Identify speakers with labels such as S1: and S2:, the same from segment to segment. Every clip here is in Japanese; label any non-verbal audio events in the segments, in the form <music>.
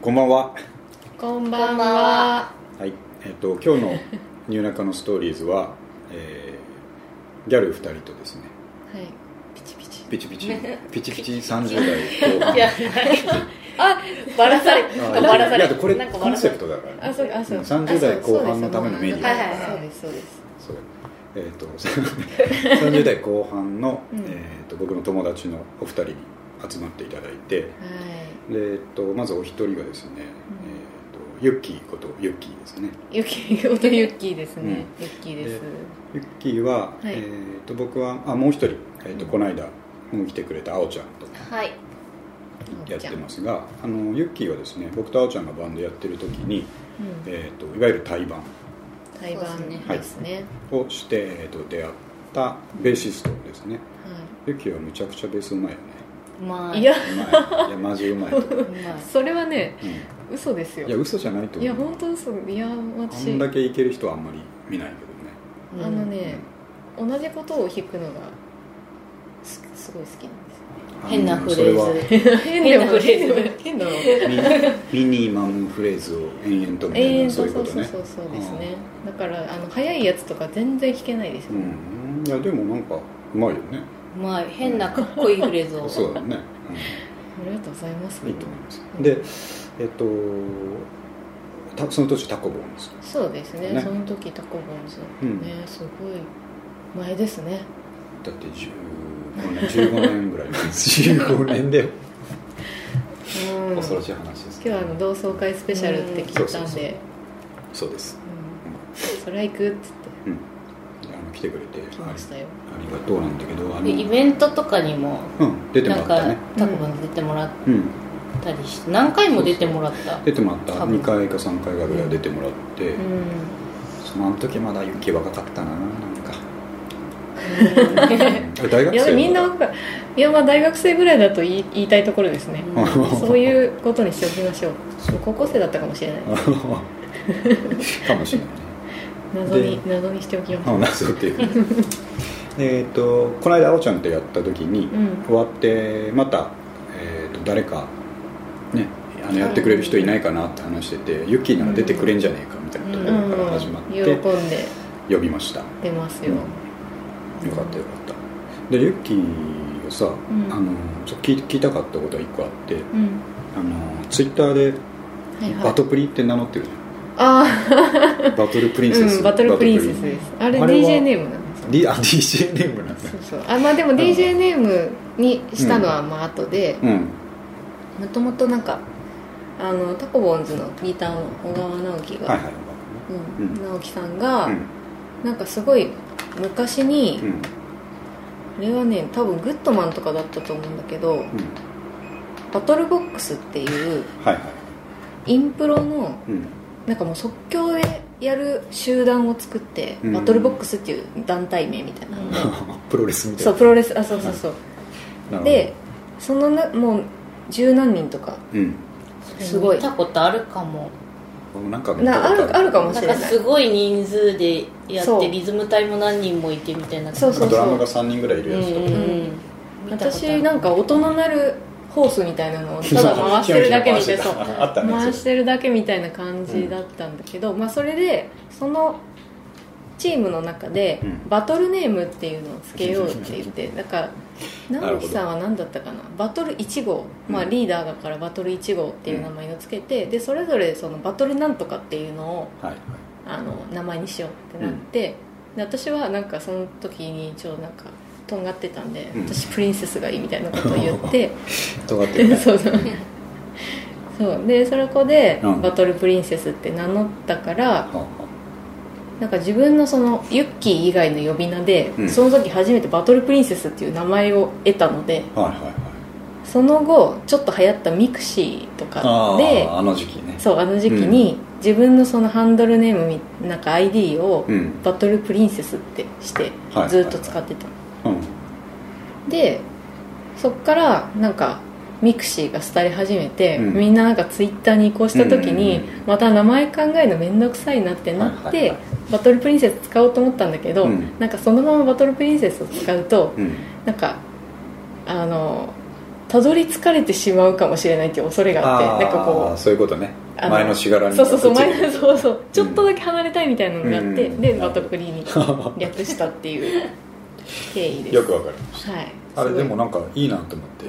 S1: こんばんは。
S2: こん
S3: ばんは。
S1: はい。えっと今日のニューナカのストーリーズは、えーギャル二人とですね、
S2: はい。ピチピチ。
S1: ピチピ
S3: <laughs>
S1: チピチピチ三十代後半。
S3: いや、あ、バラされ、
S1: あ
S3: あバラさ
S1: い
S3: れ、
S1: やこれ
S3: なんか
S1: コ
S3: バ
S1: ン
S3: ラさ
S1: セ
S3: れ
S1: プトだから、
S2: あ、そうか、あ、そう。
S1: うん30代後半のためのメディア
S3: だから
S2: そうです、そうです。
S1: そうえっ、と <laughs> 30代後半の、
S2: うん
S1: えっと僕の友達のお二人に集まっていただいて、
S2: は
S1: でえっとまずお一人がですね、えっとユッキーことユッキーですね。
S2: い。ゆき、本当にユッキーです
S1: うん
S2: ね。ユッキーです。
S1: ユッキーは、
S2: い
S1: えー、と僕はあもう一人、えーと
S2: うん
S1: この間もう来てくれたあおちゃんと
S3: はい。
S1: やってますがあのユッキーはですね僕とあおちゃんがバンドやってる時に、
S2: うん。
S1: えー、といわゆる対バン
S2: 台湾ですね。
S1: をして、えー、と出会ったベーシストですねユッキーはむちゃくちゃベースうまいよね
S3: ま
S2: は
S3: あ、
S2: い。いや、
S1: うまいいやマジうまいと思う、
S2: それはね、
S1: うん
S2: 嘘ですよ
S1: いや。嘘じゃないと
S2: い
S1: 思う
S2: や、本当嘘。いや、
S1: あ
S2: 私
S1: ん。だけいける人はあんまり見ないけどね
S2: あの
S1: う
S2: ね
S1: ん、
S2: 同じことを弾くのが。すすごい好きなん
S3: <laughs>
S2: ですよ。
S1: あの
S3: 変な
S1: それは
S3: フレーズ。
S2: 変
S3: なフレー
S2: ズ。 <laughs> 変な。
S1: ミミニ <laughs> マムフレーズを延々とみた
S2: え
S1: い
S2: え
S1: な
S2: そ
S1: そう
S2: う
S1: いう
S2: そ
S1: こ
S2: う
S1: と
S2: そう
S1: ね
S2: そうそうですね。だからあの早いやつとか全然弾けないですよ。
S1: うんいやでもなんかうまいよね
S3: まあ、変なかっこいいフレーズを。
S1: そうだね、
S2: ありがとうございます。
S1: うん、いいと思いますでえっとたその当時タコボンです
S2: そうですね
S1: ね
S2: その時タコボンズ、
S1: うん
S2: ねすごい前ですね
S1: だって15年15年ぐらい前です15年 <laughs> で
S2: うん
S1: 恐ろ
S2: 今
S1: しい話です
S2: 日はあの同窓会スペシャルって聞いた
S1: うん
S2: ん
S1: そうそう
S2: で
S1: そうです
S2: うんそれは行くっつって
S1: あの来てくれて
S2: 来
S1: あ
S2: ましたよ
S1: ありがとうなんだけどあの
S3: でイベントとかにも、
S1: うん、出てもら
S3: なん
S1: っ
S3: か
S1: たね、
S3: タコバに出てもらっ
S1: うん、
S3: たりして、何回も出てもらった。
S1: 出てもらった
S3: 多分
S1: 2回か3回ぐらい出てもらって、
S3: うん。
S1: そのあの時まだ雪若かったななんかあれ <laughs> 大
S2: い
S1: 学
S2: や
S1: 生
S2: みん
S1: <laughs>
S2: な若いいやまあ大学生ぐらいだと言い言いたいところですねそういうことにしておきましょう高校生だったかもしれ <laughs> ない
S1: <laughs> かもしれないね
S2: 謎に謎にしておきましょ
S1: あ
S2: う
S1: 謎っていう <laughs> えっとこの間あおちゃんとやった時に、
S2: うん
S1: 終わってまた、えー、と誰かねあのやってくれる人いないかなって話してて、ユッキーなら出てくれんじゃねえかみたいなとこ
S2: う
S1: ろ
S2: ん
S1: から始まっ
S2: 喜
S1: て、
S2: んで
S1: 呼びましたよ
S2: 出ますよ、
S1: かったよかったでユッキーがさ、
S2: ん
S1: あのちょっと聞い聞いたかったことが一個あって
S2: うん
S1: あのツイッターで
S2: はいはい
S1: バトプリって名乗ってるじ
S2: あ
S1: ゃんバトルプリン
S2: あ、う
S1: セス、
S2: ん、バトルプリンセス
S1: バト
S2: で
S1: ル
S2: すあれ
S1: あれは
S2: DJ ネームなんですよ
S1: D あ DJ ネームなんだ
S2: そうそうあまあでも DJ ネームにしたのはまあ後で
S1: うん
S2: もともとなんかあのタコボンズのギターの小川直樹が、
S1: はいはい
S2: うん
S1: うん
S2: 直樹さんが、
S1: うん
S2: なんかすごい昔に、
S1: うん
S2: あれはね多分グッドマンとかだったと思うんだけど
S1: うん
S2: バトルボックスっていう
S1: はいはい
S2: インプロの
S1: うん
S2: なんかもう即興でやる集団を作って、
S1: うん
S2: バトルボックスっていう団体名みたいなので、
S1: <laughs> プロレスみたい
S2: そ
S1: な
S2: うプロレスあそうそうそう、
S1: なるほど
S2: でそのなもう十何人とか
S1: うん
S2: すごい
S3: 見たことあるかも。
S1: 僕なんか見たこ
S2: なあ
S1: と
S2: るあるかも
S3: な
S2: し
S3: ん
S2: れ
S3: か
S2: ない
S3: すごい人数でやっ
S2: そう
S3: て、リズム隊も何人もいてみたいな。
S2: そう
S1: なんか
S2: そう
S1: ドラ
S2: そ
S1: ムが
S2: う
S1: 3人ぐらいいる
S3: う
S1: や <laughs>
S3: ん
S1: つとか、
S3: うん。見たことある
S2: 私なんか大人なるホースみたいなのをた
S1: <laughs>
S2: だ回してるだけみたいなそう
S1: あったね
S2: 回してるだけみたいな感じだったんだけど、まあそれでそのチームの中で
S1: うん
S2: バトルネームっていうのをつけようって言ってだから直樹さんは何だったかなバトル1号、まあ、
S1: うん
S2: リーダーだからバトル1号っていう名前をつけてでそれぞれそのバトルなんとかっていうのを
S1: はい
S2: あの名前にしようってなって、で私はなんかその時にちょっとなんかとんがってたんで、
S1: うん
S2: 私プリンセスがいいみたいなことを
S1: <laughs>
S2: 言って
S1: 尖ってる
S2: <laughs>
S1: ね
S2: そうそうそうでそれこで、
S1: うん
S2: バトルプリンセスって名乗ったから
S1: は
S2: なんか自分のそのユッキー以外の呼び名で、
S1: うん
S2: その時初めてバトルプリンセスっていう名前を得たので
S1: あはいはいはい
S2: その後ちょっと流行ったミクシーとか
S1: あ
S2: で
S1: ああの時期ね
S2: そうあの時期に、自分のそのハンドルネームみなんか ID を、
S1: うん
S2: バトルプリンセスってして
S1: はい
S2: ずっと使ってた、
S1: うん
S2: でそっからなんかミクシーが廃り始めて、
S1: うん
S2: みんななんかツイッターに移行した時に、
S1: うんうん
S2: また名前考えるの面倒くさいなってなって、
S1: はいはいはい
S2: バトルプリンセス使おうと思ったんだけど、
S1: うん
S2: なんかそのままバトルプリンセスを使うと、
S1: うん
S2: なんかあのたどり着かれてしまうかもしれないっていう恐れがあってなんかこ
S1: あー
S2: う
S1: そういうことね
S2: あの
S1: 前のしがらみ
S2: そうそうそう
S1: が
S2: 前
S1: <laughs>
S2: のそうそうちょっとだけ離れたいみたいなのがあって、
S1: うん
S2: でバトプリに略したっていう経緯です
S1: よくわかりまし
S2: はい
S1: たあれ
S2: すご
S1: で
S2: い
S1: もなんかいいなと思って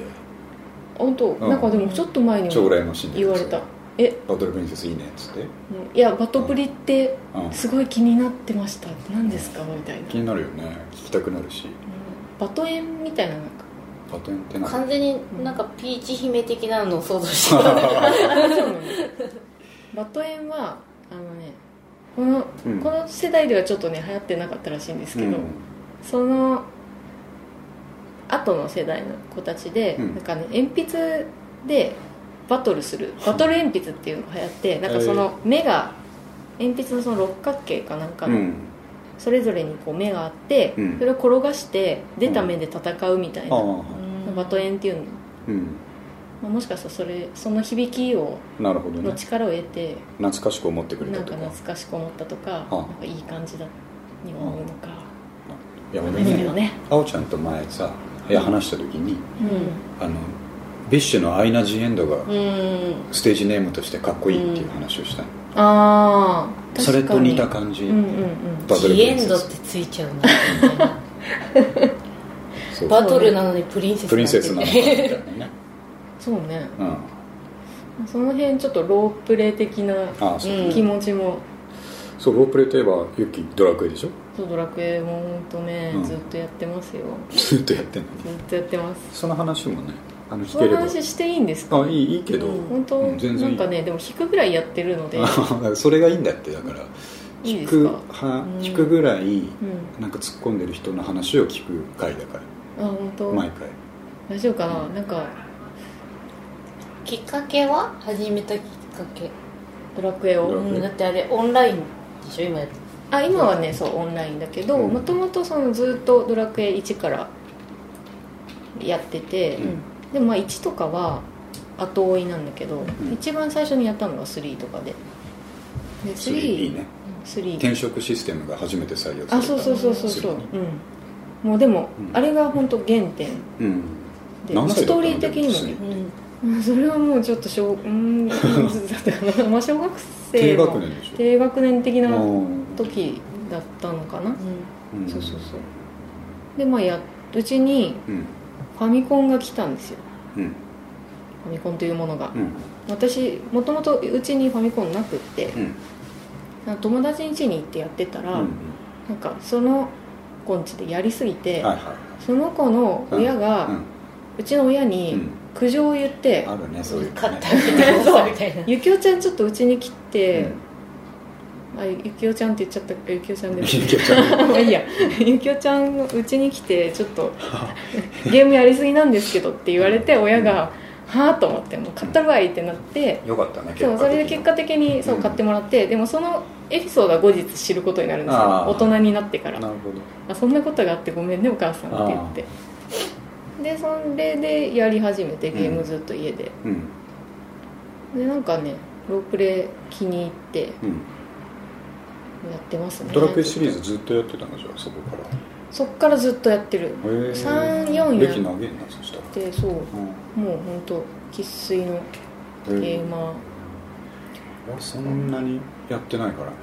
S2: 本当、
S1: うん
S2: なんかでもちょっと前に
S1: 超
S2: も
S1: 羨ましいんだけ
S2: 言
S1: ど
S2: われたえ
S1: バトルプリンセスいいねっつって、う
S2: いやバトプリって
S1: ん、
S2: すごい気になってました何ですかみたいな、
S1: 気になるよね聞きたくなるし
S2: バトエンみたいななん
S1: <laughs>
S2: か
S1: バトンってなんか
S3: 完全になんかピーチ姫的なのを想像してた
S2: バトエンはあのねこの,、
S1: うん
S2: この世代ではちょっとね流行ってなかったらしいんですけど、
S1: うん
S2: その後の世代の子たちで、
S1: うん
S2: なんかね鉛筆でバトルするバトル鉛筆っていうのが流行ってなんかその目が鉛筆のその六角形かなんか
S1: う
S2: の、
S1: ん
S2: それぞれにこう目があって、
S1: うん
S2: それを転がして出た目で戦うみたい
S1: あ
S2: な、
S1: あ
S2: バトエンっていうの、
S1: うん
S2: まあ、もしかしたらそれその響きを
S1: なるほど
S2: の
S1: ね
S2: 力を得て
S1: 懐かしく思ってくれ
S2: な
S1: た
S2: ん
S1: と
S2: か
S1: か
S2: 懐かしく思ったとか
S1: あ
S2: なんかいい感じだに思うのか
S1: いや俺
S2: 何だ
S1: ね
S2: よね、
S1: あおちゃんと前さ部屋話した時に
S3: うん
S1: あのビッシュの「アイナ・ジ・エンド」が
S3: うん
S1: ステージネームとしてかっこいいっていう話をしたの、
S2: ああ
S1: それと似た感じ、
S2: うんうんうん
S1: バトルプ
S3: ジ
S1: リ
S3: エ
S1: ンセス
S3: ンドってついちゃうなみたいな
S1: そう
S3: バトルなのにプリンセス
S1: プリンセスなのかみた
S3: の
S1: いなね、
S2: そうね
S1: うん、
S2: その辺ちょっとロープレイ的な
S1: ああそう,、
S3: うん
S2: 気持ちも、
S1: そうロープレイといえばユキドラクエでしょ
S2: そうドラクエもほんとね、
S1: うん
S2: ずっとやってますよ
S1: ずっとやってんのに
S2: ずっとやってます
S1: その話もねあの聞
S2: その
S1: ければ
S2: 話していいんですか
S1: あいいいいけど、
S3: うん
S2: 本当、
S1: うん全然いい
S2: なんかねでも引くぐらいやってるので
S1: あ <laughs> それがいいんだってだから
S2: いい
S1: 聞
S2: です
S1: く
S2: か
S1: は
S3: うん
S1: 聞くぐらい
S2: うん
S1: なんか突っ込んでる人の話を聞く回だか
S2: あ本
S1: ら
S2: 当
S1: 毎回
S2: 大丈夫かななんか
S3: きっかけは始めたきっかけ、
S2: ドラクエ
S1: ドラ
S2: を
S1: クエ
S3: うん、だってあれオンラインでしょ今やって
S2: あ今はねそうオンラインだけど
S1: うん
S2: もともとそのずっとドラクエ1からやってて、
S1: うん
S2: でもまあ1とかは後追いなんだけど、
S1: ん
S2: 一番最初にやったのが3とかでで
S1: それいいね
S2: 3
S1: 転職システムが初めて採用された
S2: あそうそうそうそうそう、
S1: す
S2: うん、もうでも、
S1: うん
S2: あれが本当原点
S1: うん何
S2: で、まあ
S1: 歳だった
S2: スト
S1: の
S2: ーリー的にもね
S3: うん
S2: うんそれはもうちょっと小うーん <laughs> いつだったかなまあ小学
S1: 低
S2: 生の
S1: 学年でしょ
S2: 低学年的な
S1: うん
S2: 時だったのか
S1: う
S2: な
S1: ん
S2: そうそうそうでまあやうちに
S1: うん
S2: ファミコンが来たんですよ
S1: うん
S2: ファミコンというものが、
S1: うん
S2: 私もともとうちにファミコンなくって
S1: うん
S2: なんか友達ん家に行ってやってたら、
S1: うん
S2: なんかその子ん家でやりすぎて、
S1: はいは
S2: その子の親が、
S1: いううん
S2: ちの親
S1: う
S2: に
S1: ん
S2: 苦情を言って
S1: あるねそういうのね
S3: 買ってあげてくださいみたいな
S2: 「ゆきおちゃんちょっとうちに来
S1: う
S2: て
S1: ん」
S2: あゆきおちゃんって言っちゃったゆきおちゃんで
S1: いけちゃう
S2: <laughs> まあいいやゆきおちゃんうちに来てちょっとゲームやりすぎなんですけどって言われて親が「はあ?」と思って「もう買ったばい」ってなって
S1: <laughs> よかったね
S2: そうそれで
S1: 的に
S2: 結果的にそう
S1: うん
S2: 買ってもらってでもそのエピソードは後日知ることになるんですよ
S1: あー
S2: 大人になってから
S1: なるほど
S2: あそんなことがあってごめんねお母さんって言ってでそれでやり始めてゲームずっと家で、
S1: うん
S2: でなんかねロープレイ気に入ってや
S1: うん
S2: ってますね
S1: ドラクエシリーズずっとやってたのじゃあそこからへ
S2: そっからずっとやってる
S1: え
S2: 34や
S1: 歴
S2: っ
S1: 長えなそしたら
S2: てそう
S1: う
S2: もう本当生粋の
S1: ん
S2: ゲ
S1: へ
S2: ー
S1: え
S2: マー
S1: 俺そんなにやってないからね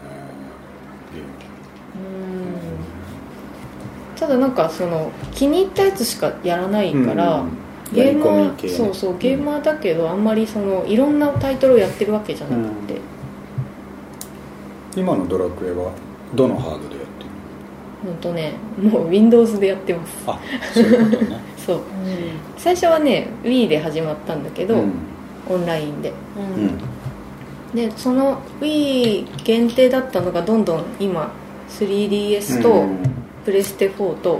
S1: ゲーム
S2: うんただなんかその気に入ったやつしかやらないか
S1: う
S2: ら、
S1: ん
S2: ゲー
S1: やり
S2: マ
S1: 込み系
S2: ー
S1: ね
S2: そうそうゲーマーだけどあんまりそのいろんなタイトルをやってるわけじゃなくて、
S1: 今のドラクエはどのハードでやってる
S2: ほんとねもう Windows でやってます
S1: あそういうことね
S2: そう最初はね Wii で始まったんだけど、
S1: うん
S2: オンラインで
S3: うん
S1: うん
S2: でその Wii 限定だったのがどんどん今 3DS と
S1: うん
S2: プレステ4と、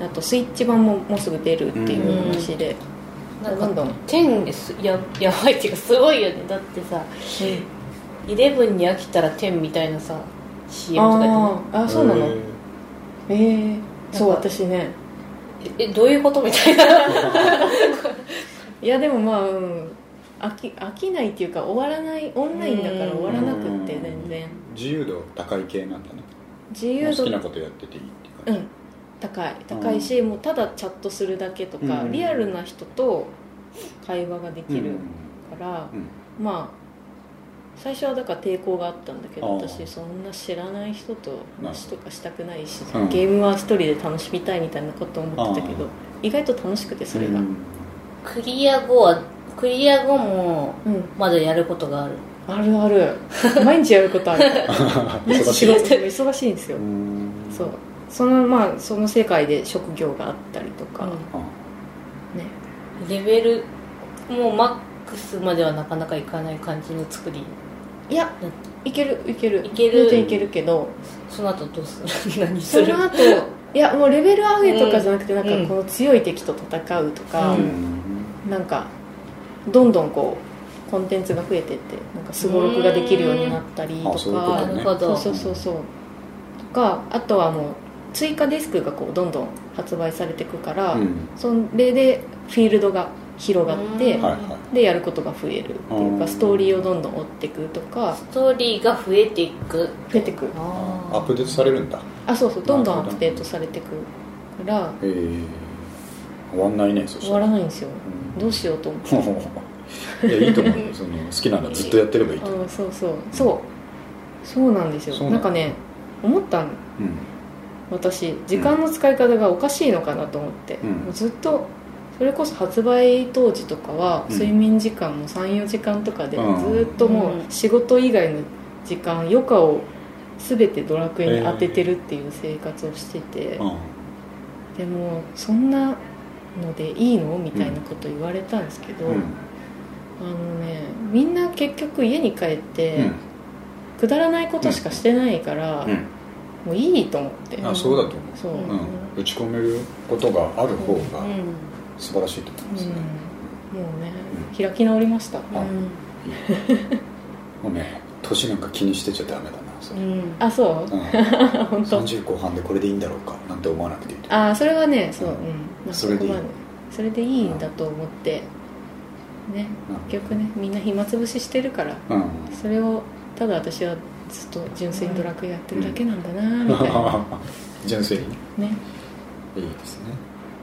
S2: あとスイッチ版ももうすぐ出るっていう話で、
S3: なん
S2: どん
S3: か
S2: どん
S3: 10ですややばいっていうかすごいよねだってさ11に飽きたら10みたいなさ CM とかやっ
S2: あーあそうなの
S1: へ
S2: え
S1: ー
S2: えそう
S3: なんか
S2: 私ね
S3: ててええどういうことみたいな
S2: いやでもまあ、うん、飽き飽きないっていうか終わらないオンラインだから終わらなくって
S1: うん
S2: 全然
S1: 自由度高い系なんだね
S2: 自
S1: もう
S2: 由
S1: 好きな
S2: 度
S1: ことやってていいっていう感
S2: う
S1: じ
S2: ん高い高いし、もうただチャットするだけとか、
S1: うん
S2: リアルな人と会話ができ
S1: うん
S2: るから、
S1: うん
S2: まあ最初はだから抵抗があったんだけ
S1: あ
S2: ど
S1: あ
S2: 私そんな知らない人と話とかしたくないし、
S1: うん
S2: ゲームは一人で楽しみたいみたいなことを思ってたけ
S1: あ
S2: ど意外と楽しくてそれ
S1: う
S2: が、うん
S1: ん
S3: クリア後はクリア後もまだやることがある
S2: あるある毎日やることある <laughs>
S1: 忙し
S2: 仕
S1: い
S2: 事でも忙しいんですよ、
S1: うん
S2: そうそのまあその世界で職業があったりとか、
S3: うん
S1: あ
S2: ね
S3: レベルもうマックスまではなかなかいかない感じの作り
S2: いやいけるいける
S3: いける
S2: 全然いけるけど
S3: その後どうする <laughs> 何す
S2: そ
S3: る
S2: の後いやもうレベル上げとかじゃなくて、なん
S3: うん
S2: かこの強い敵と戦うとか、
S3: う
S1: うん
S2: なんかどんどんこうコンテンツが増えてってなんかすごろくができるようになったりと
S1: あ
S2: か
S1: そ
S2: そう
S1: いう
S2: う
S1: こと
S3: な
S1: ね
S3: るほど
S2: そうそうそうとかあとはもう追加ディスクがこうどんどん発売されていくから、
S1: うん
S2: それでフィールドが広がって、
S3: うん
S1: はいはい
S2: でやることが増えるっていう
S1: あー
S2: かストーリーをどんどん追っていくとか
S3: ストーリーが増えていく
S2: 増えていく
S3: あ
S1: アップデートされるんだ
S2: あそうそうどんど
S1: な
S2: ん
S1: る
S2: ア
S1: ほど
S2: ップデートされていくから
S1: えー終わんないねそし
S2: 終
S1: た
S2: わ
S1: ら
S2: らないんですよ
S1: うん
S2: どうしようと思って
S1: いやいいと思うよその好き
S2: <laughs>
S1: なんだずっとやってればいいと思う
S2: あそうそうそうそうなんです
S1: そうな
S2: よなんん
S1: だ
S2: かね思ったん
S1: うん
S2: 私時間の使い方がおかしいのかなと思って、
S1: うん
S2: もうずっとそれこそ発売当時とかは、
S1: うん
S2: 睡眠時間も34時間とかで、
S1: うん
S2: ずっともう仕事以外の時間余暇を全てドラクエに当ててるっていう生活をしてて、
S1: あ
S2: でもそんなのでいいのみたいなこと言われたんですけど、
S1: うん
S2: あのねみんな結局家に帰っ
S1: う
S2: て、
S1: ん
S2: くだらないことしかしてないから、
S1: う
S2: もういいと思って、
S1: んあそうだと思う
S2: そう、
S3: うん
S1: うん打ち込めることがある方
S3: う
S1: が
S3: ん
S1: 素晴らしいと思いますね
S2: うんもうね開き直りました、
S1: あ
S3: うん
S1: もうね年なんか気にしてちゃダメだなそれ
S3: うん
S2: あそう
S1: うん
S2: 本当
S1: 30後半でこれでいいんだろうかなんて思わなくていいと
S2: あーそれはねそう、
S1: う
S2: うんんまあ、
S1: それでいい
S2: こまそれでいいんだと思ってね結局ねみんな暇つぶししてるから
S1: うん
S2: それをただ私はずっと純粋にドラクエやってるだけなんだなみたい
S1: <laughs>
S2: な、
S1: 純粋に
S2: ね
S1: いいですね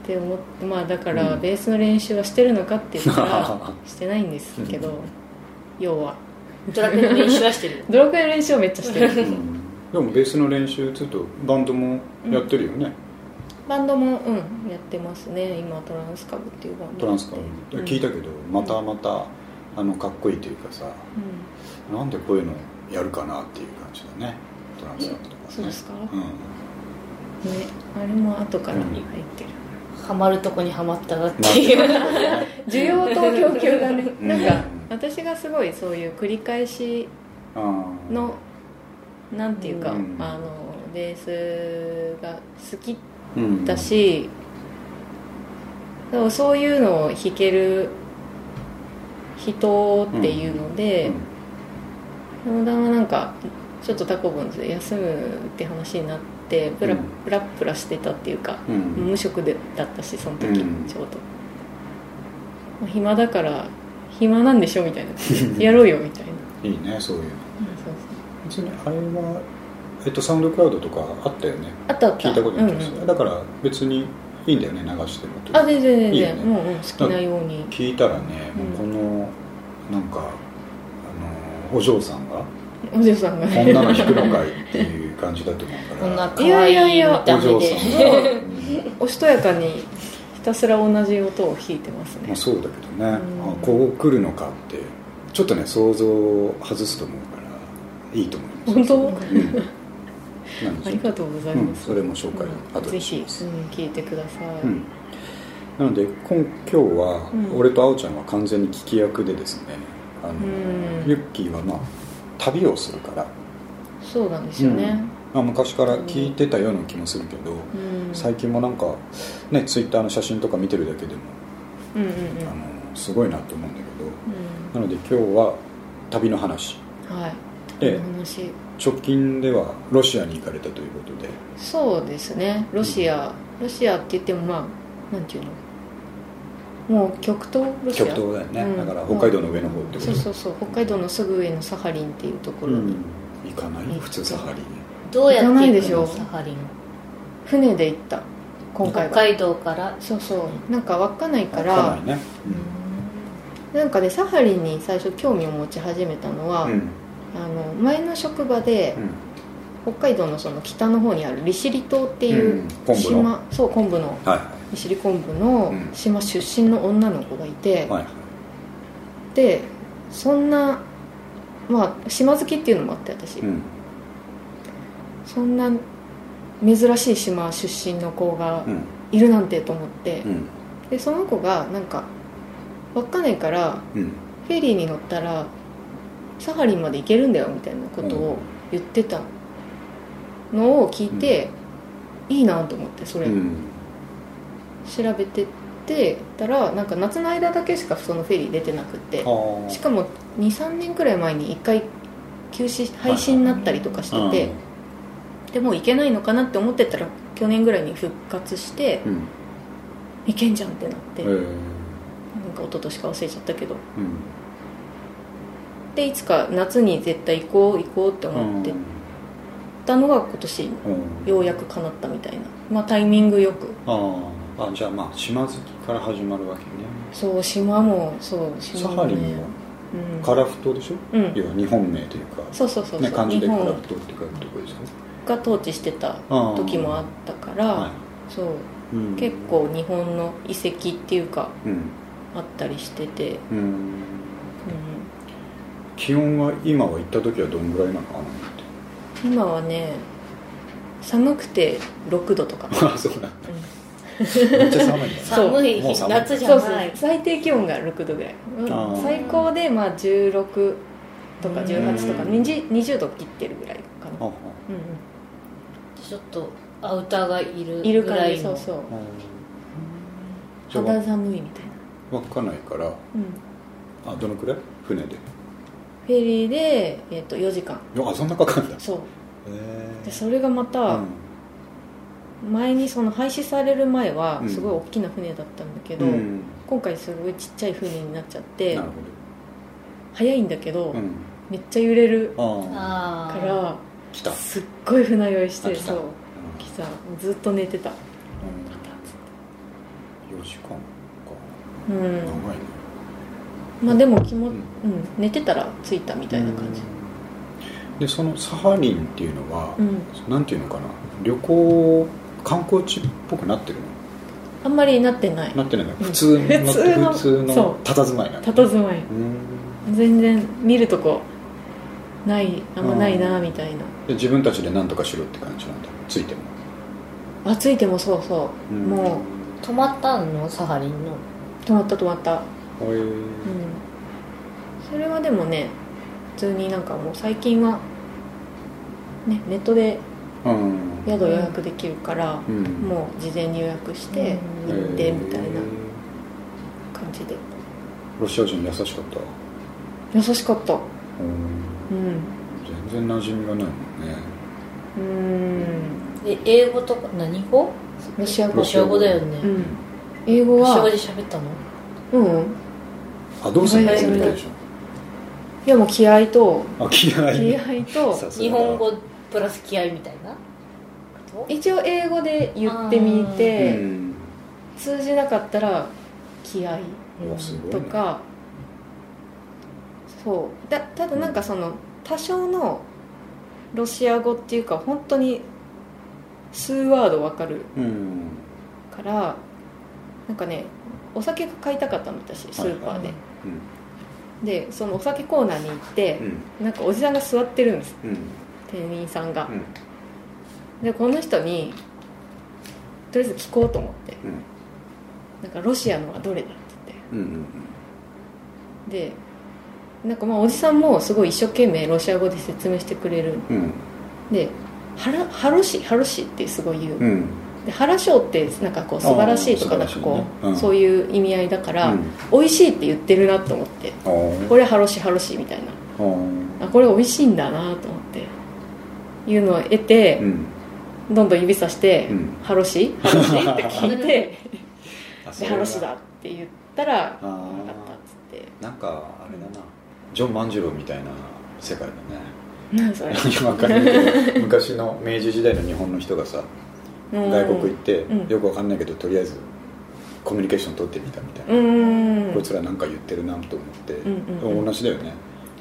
S2: って思ってまあだから
S1: うん
S2: ベースの練習はしてるのかって言っ
S1: <laughs>
S2: たらしてないんですけど要は
S3: ドラクエの練習はしてる <laughs>
S2: ドラクエの練習をめっちゃしてる
S1: でもベースの練習ずっとバンドもやってるよね、
S2: バンドもうんやってますね今トランスカブっていうバンド
S1: トランスカ
S2: う
S1: ー聞いたけどまたまたあのかっこいいというかさ
S2: ん
S1: なんでこういうのやるかなっていう感じだねトランスカーとかね
S2: そうですかね
S1: うん
S2: あれも後から
S1: うん
S2: 入ってる
S3: ハマるとこにはまったなっていう
S2: 需要と供給がね
S1: うん
S2: なんか私がすごいそういう繰り返し
S1: あー
S2: のなんていうか、
S1: うん
S2: あのベースが好き
S1: うん
S2: だし、でもそういうのを弾ける人っていうの
S1: う
S2: で、
S1: ん
S2: そのだんはなんかちょっとタコブンズで休むって話になってプラ,、
S1: うん
S2: プラプラしてたっていうか、
S1: うん
S2: 無職でだったしその時、
S1: うん
S2: ちょうどまあ暇だから暇なんでしょみたいな <laughs> やろうよみたいな、
S1: いいねそういうの
S2: そうそう
S1: 別にあれは、えっと、サウンドクラウドとかあったよね
S2: あったあった
S1: 聞いたこと
S2: う
S1: なんいです、
S2: うん
S1: だから別にいいんだよね流してもと
S2: あ全然全
S1: いいよ
S2: 然
S1: ね
S2: もう、うん、好きなように
S1: 聞いたらね、もうこのなんかあのお嬢さんが
S2: お嬢さんが
S1: こん
S2: ね
S1: なの弾くのかいっていう感じだと思う
S3: こん
S1: か
S3: な
S1: ら
S3: 可愛い見た
S1: お
S3: 目
S1: 嬢
S3: で
S1: さんが、うん
S2: おしとやかにひたすら同じ音を弾いてます
S1: ま
S2: ね
S1: あ、そうだけどね、
S2: うん
S1: あこう来るのかってちょっとね想像を外すと思うからいいと思います
S2: 本当
S1: うん、なんで
S2: あ
S1: ちょ
S2: り
S1: っと
S2: がとうござい
S1: うん、
S2: ます、
S1: それも紹介後
S2: ぜ
S1: でし
S2: ひ、うん
S1: ます、、
S2: 聞いてください、
S1: うん、なので今今日は、
S2: うん
S1: 俺とあおちゃんは完全に聞き役でですねあの、
S2: うん
S1: ユッキーはまあ旅をするから、
S2: そうなんですよね、
S1: まあ、昔から聞いてたような気もするけど、
S2: うん
S1: 最近もなんかねツイッターの写真とか見てるだけでも、
S2: うんうんうん
S1: あのすごいなと思うんだけどなので今日は旅の話
S2: うんはい
S1: で
S2: この話
S1: 直近ではロシアに行かれたということで
S2: そうですねロシア、ロシアって言ってもまあなんていうのもう極東ロシア
S1: 極東だよね、
S2: うん
S1: だから北海道の上の方ってこと
S2: そうそうそう北海道のすぐ上のサハリンっていうところ
S1: う
S2: に、
S1: ん、行かない普通サハリン
S3: どうやって
S2: 行かない
S3: 行
S2: で
S3: く
S2: しょ
S3: のサハリン
S2: 船で行った今
S3: 北
S2: 回は
S3: 海道から
S2: そうそうなんか稚内か
S1: 行からないね、
S2: なんかねサハリンに最初興味を持ち始めたのは、
S1: うん
S2: あの前の職場で
S1: うん
S2: 北海道のその北の方にある利尻島っていう
S1: うん
S2: 島、
S1: 昆布の
S2: そう昆布の
S1: はい
S2: 利尻昆布の
S1: うん
S2: 島出身の女の子がいて、
S1: はいはい
S2: でそんなまあ島好きっていうのもあって私、
S1: うん
S2: そんな珍しい島出身の子が
S1: うん
S2: いるなんてと思って、
S1: うん
S2: でその子がなんか稚内から
S1: うん
S2: フェリーに乗ったらサハリンまで行けるんだよみたいなことを言ってたのを聞いて、いいなと思ってそれ、
S1: うん
S2: 調べてってたらなんか夏の間だけしかそのフェリー出てなくて
S1: あー
S2: しかも23年くらい前に1回休止廃止になったりとかしてて、でもう行けないのかなって思ってたら去年ぐらいに復活して
S1: うんうん
S2: 行けんじゃんってなって、
S1: え
S2: なん
S1: ー
S2: か一昨年か忘れちゃったけど
S1: うん
S2: でいつか夏に絶対行こう行こうって思ってたのが今年
S1: うん
S2: ようやく叶ったみたいなまあタイミングよく
S1: あーあじゃあまあ島好きから始まるわけね
S2: そう島もそう
S1: サ
S2: 島
S1: ハリン
S2: ね
S1: も
S2: うん
S1: カラフトでしょ
S2: うん
S1: 要は日本名というか
S2: そうそうそうそう、
S1: ね漢字で
S2: 日
S1: カラ
S2: 本
S1: フトって書くとこですよね
S2: が統治してた
S1: あー
S2: 時もあったから、
S1: は
S2: そう
S1: いうん
S2: 結構日本の遺跡っていうか
S1: うん
S2: あったりしてて、
S1: うん
S2: う
S1: 気温は今は行った時はどんぐらいなのかなって
S2: ん、今はね寒くて6度とか、
S1: あそうだ
S2: うん
S1: めっちゃ寒いんだ
S2: <laughs> そう
S3: 寒い
S1: もう
S3: 日
S1: 寒い
S3: 夏じ
S2: そう
S3: ゃ
S2: そ
S3: な
S2: う
S3: い
S2: 最低気温が6度ぐらい、うん
S1: あー
S2: 最高でまあ16とか
S3: うん
S2: 18とか 20, 20度切ってるぐらいかな、
S1: あ
S2: うん
S3: ちょっとアウターがいる
S2: うん、いる
S3: ぐ
S2: からら
S3: い
S2: そ
S3: の
S2: うそう
S1: あじゃあ
S2: 肌寒いみたいな、
S1: 稚内から
S2: うん、
S1: あどのくらい船で
S2: フェリーで、えっと4時間
S1: あそんなかかるんだへ
S2: そう
S1: え
S2: でそれがまた、前にその廃止される前は
S1: うん
S2: すごい大きな船だったんだけ
S1: う
S2: ど、
S1: んうん
S2: 今回すごいちっちゃい船になっちゃっ
S1: な
S2: て
S1: るほ
S2: 早いんだけど、
S1: どうん
S2: めっちゃ揺れる
S1: ああ
S3: あ
S2: か
S3: あ
S2: ら
S1: 来た
S2: すっごい船酔いして
S1: あ来た
S2: そう来たずっと寝てた
S1: 4時間か
S2: うん、
S1: 長いね
S2: まあでも気も、
S1: う
S2: うんん寝てたら着いたみたいな感じ
S1: うんでそのサハリンっていうのは
S2: うん、
S1: なんていうのかな旅行観光地っぽくなってるの
S2: あんまりなってない
S1: なってないの普通の
S2: 普通の
S1: 普通の
S2: そ
S1: 佇まいなの
S2: 佇まい
S1: うん
S2: 全然見るとこないあんまないなみたいな、
S1: で自分たちで何とかしろって感じなんだついても、
S2: あ着いてもそうそう、
S1: うん
S2: も
S3: 泊まったのサハリンの
S2: う止まった止まった
S1: へえ
S2: うんそれはでもね普通になんかもう最近は、ね、ネットで
S1: うん
S2: 宿予約できるから、
S1: うん
S2: もう事前に予約して
S3: う
S2: 行ってみたいな
S1: へえ
S2: 感じで
S1: ロシア人優しかった
S2: 優しかった
S1: うん
S2: うん
S1: 全然馴染みがないもんね
S2: うーん
S3: で英語とか何語
S2: ロシア語
S3: ロシア語だよ
S2: う
S3: ね
S2: ん英語
S3: ロシア語
S2: は
S3: で喋ったの
S2: うん
S1: あどうするの
S2: 意外
S1: そ
S2: と
S1: れでし
S2: いやもう気合と
S1: ょあ気合
S2: 気
S1: い
S2: 合と
S1: さすが
S3: 日本語プラス気合みたいなこと
S2: 一応英語で言ってみて
S1: ん
S2: 通じなかったら気合
S1: うわすごいね
S2: とかそうだただなんかその多少のロシア語っていうか本当に数ワードわかる
S1: うん
S2: からなんかねお酒が買いたかったの私スーパーで、
S3: はい
S1: うん
S2: でそのお酒コーナーに行って
S1: う、ん
S2: なんかおじさんが座ってるんです
S1: うん
S2: 店員さんが
S1: う、ん
S2: でこの人にとりあえず聞こうと思って
S1: うん
S2: なんかロシアのはどれだって言って
S1: うんうん
S2: でなんかまあおじさんもすごい一生懸命ロシア語で説明してくれる
S1: うん
S2: でハラハロシハロシってすごい言う、
S1: うん
S2: でハラショーってなんかこう素晴らしいと
S1: あ
S2: か
S1: ー
S2: なんかこう、
S1: 素晴らしいねうん
S2: そういう意味合いだから、
S1: うん
S2: 美味しいって言ってるなと思って
S1: あー
S2: これハロシハロシみたいな
S1: あー
S2: あこれ美味しいんだなと思っていうのを得て
S1: う、ん
S2: どんどん指さして「
S1: うん
S2: ハロシハ
S1: <laughs>
S2: ロシ?」って聞いて
S1: あ
S2: 「
S1: そ
S2: で
S1: れ
S2: ハ
S1: は
S2: ロシだ」って言ったら
S1: あ
S2: 「
S1: ー
S2: 分かった」っつって
S1: なんかあれだなジョン万次郎みたいな世界だね
S2: 「何それ?
S1: <laughs> わかんないけど昔の明治時代の日本の人がさ」
S2: うん
S1: 外国行って、
S2: うん
S1: よくわかんないけどとりあえずコミュニケーション取ってみたみたいな、
S2: うん
S1: こいつらなんか言ってるなと思って、
S2: うんうんうん
S1: 同じだよね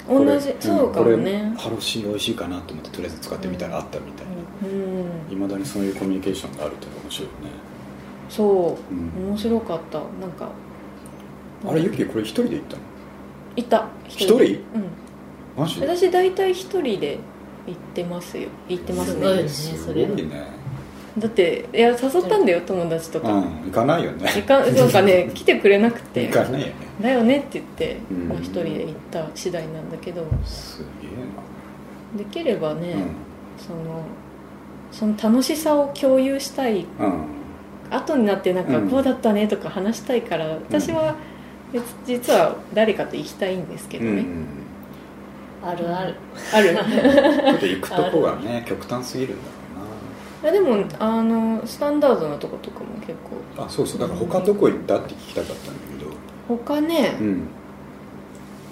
S1: これ
S2: 同じそうかも
S1: ん
S2: ね
S1: これハロシー美味しいかなと思ってとりあえず使ってみたらあったみたいな
S2: うん
S1: いま、未だにそういうコミュニケーションがあるっていうのは面白いよね、
S2: そううん面白かったなんか
S1: あれユキこれ一人で行ったの
S2: いた
S1: 一人
S2: うん
S1: マジです
S2: 私大体一人で行ってますよ行ってます
S3: すごいね
S2: ね
S1: す
S3: そ
S1: ご
S3: れ
S1: いね
S2: だっていや誘ったんだよ友達と
S1: う
S2: か、
S1: ん行かないよね
S2: い
S1: <laughs>
S2: かそうかね来てくれなくて
S1: 行かないよね
S2: だよねって言って、
S1: うん
S2: まあ、一人で行った次第なんだけど
S1: すげ
S2: できればね、
S1: えな
S2: そのその楽しさを共有したい
S1: うん、うん、
S2: 後になってなんか
S1: うん
S2: こうだったねとか話したいから、私は別実は誰かと行きたいんですけど
S1: う
S2: ね、
S1: ん
S3: あるある
S2: ある <laughs>
S1: ちょっと行くとこがね極端すぎるんだろ
S2: いやでもあのスタンダードなとことかも結構
S1: うなあそうそうだから他どこ行ったって聞きたかったんだけど、
S2: 他ね、
S1: うん、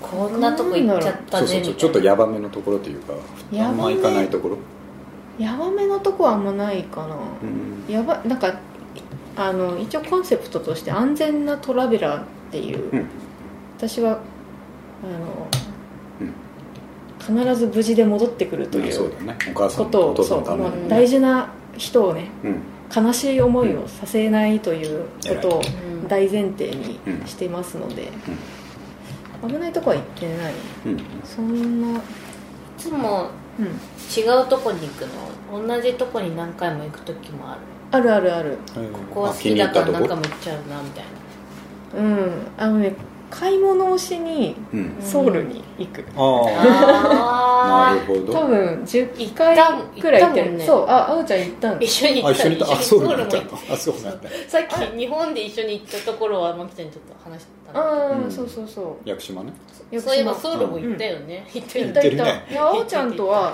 S3: こんなとこ行っちゃった
S1: そう
S3: ね
S1: そう
S3: み
S1: そう
S3: た
S1: ちょっ
S3: い
S1: と
S3: な
S1: ヤバめのところというかあんま行かないところ、
S2: ヤバめのとこはあんまないかな、
S1: うん、
S2: やばなんかあの一応コンセプトとして安全なトラベラーっていう、
S1: うん
S2: 私はあの、必ず無事で戻ってくるとい
S1: そう
S2: う
S1: だねお母さ
S2: こ
S1: んと
S2: と
S1: お
S2: を
S1: 父
S2: そ
S1: さん
S2: う
S1: のため
S2: まあ
S1: に
S2: 大事な人をね
S1: うん
S2: 悲しい思いをさせないということを
S3: うん
S2: 大前提にしてますので、危ないとこは行ってない
S1: うん
S2: そんな、
S3: いつも
S2: うん、
S3: 違うとこに行くの同じとこに何回も行く時もある
S2: あるあるある
S1: こ
S3: ここは好きだから何回も行っちゃうなみたいな
S2: うんあのね買い物をしに
S1: うん
S2: ソウルに行く、
S1: ああな
S3: あ
S1: るほ
S2: 多
S1: ど
S2: 分10回くらい行ってる
S3: 行ったもんね
S2: そうああおちゃん行ったん
S3: ー一緒に行
S1: あ
S3: っ
S1: 一
S3: た
S1: 緒にいたあ
S3: 一
S1: そ
S3: 緒
S1: う
S3: にソウ
S1: な
S3: ル
S1: ん
S3: も
S1: だ
S3: 行っ
S1: あそうなんだ
S3: たさっき日本で一緒に行ったところはマキちゃんにちょっと話したんだ
S2: ああ、
S1: うん
S2: そうそうそう
S1: 屋久島ね
S3: けどそういえば
S2: 屋久
S3: ソウルも行ったよね行った
S2: 島
S3: よ
S2: 行っ
S3: ね
S2: た
S1: てる
S2: 行っ
S1: ね
S2: たいやあおちゃんとは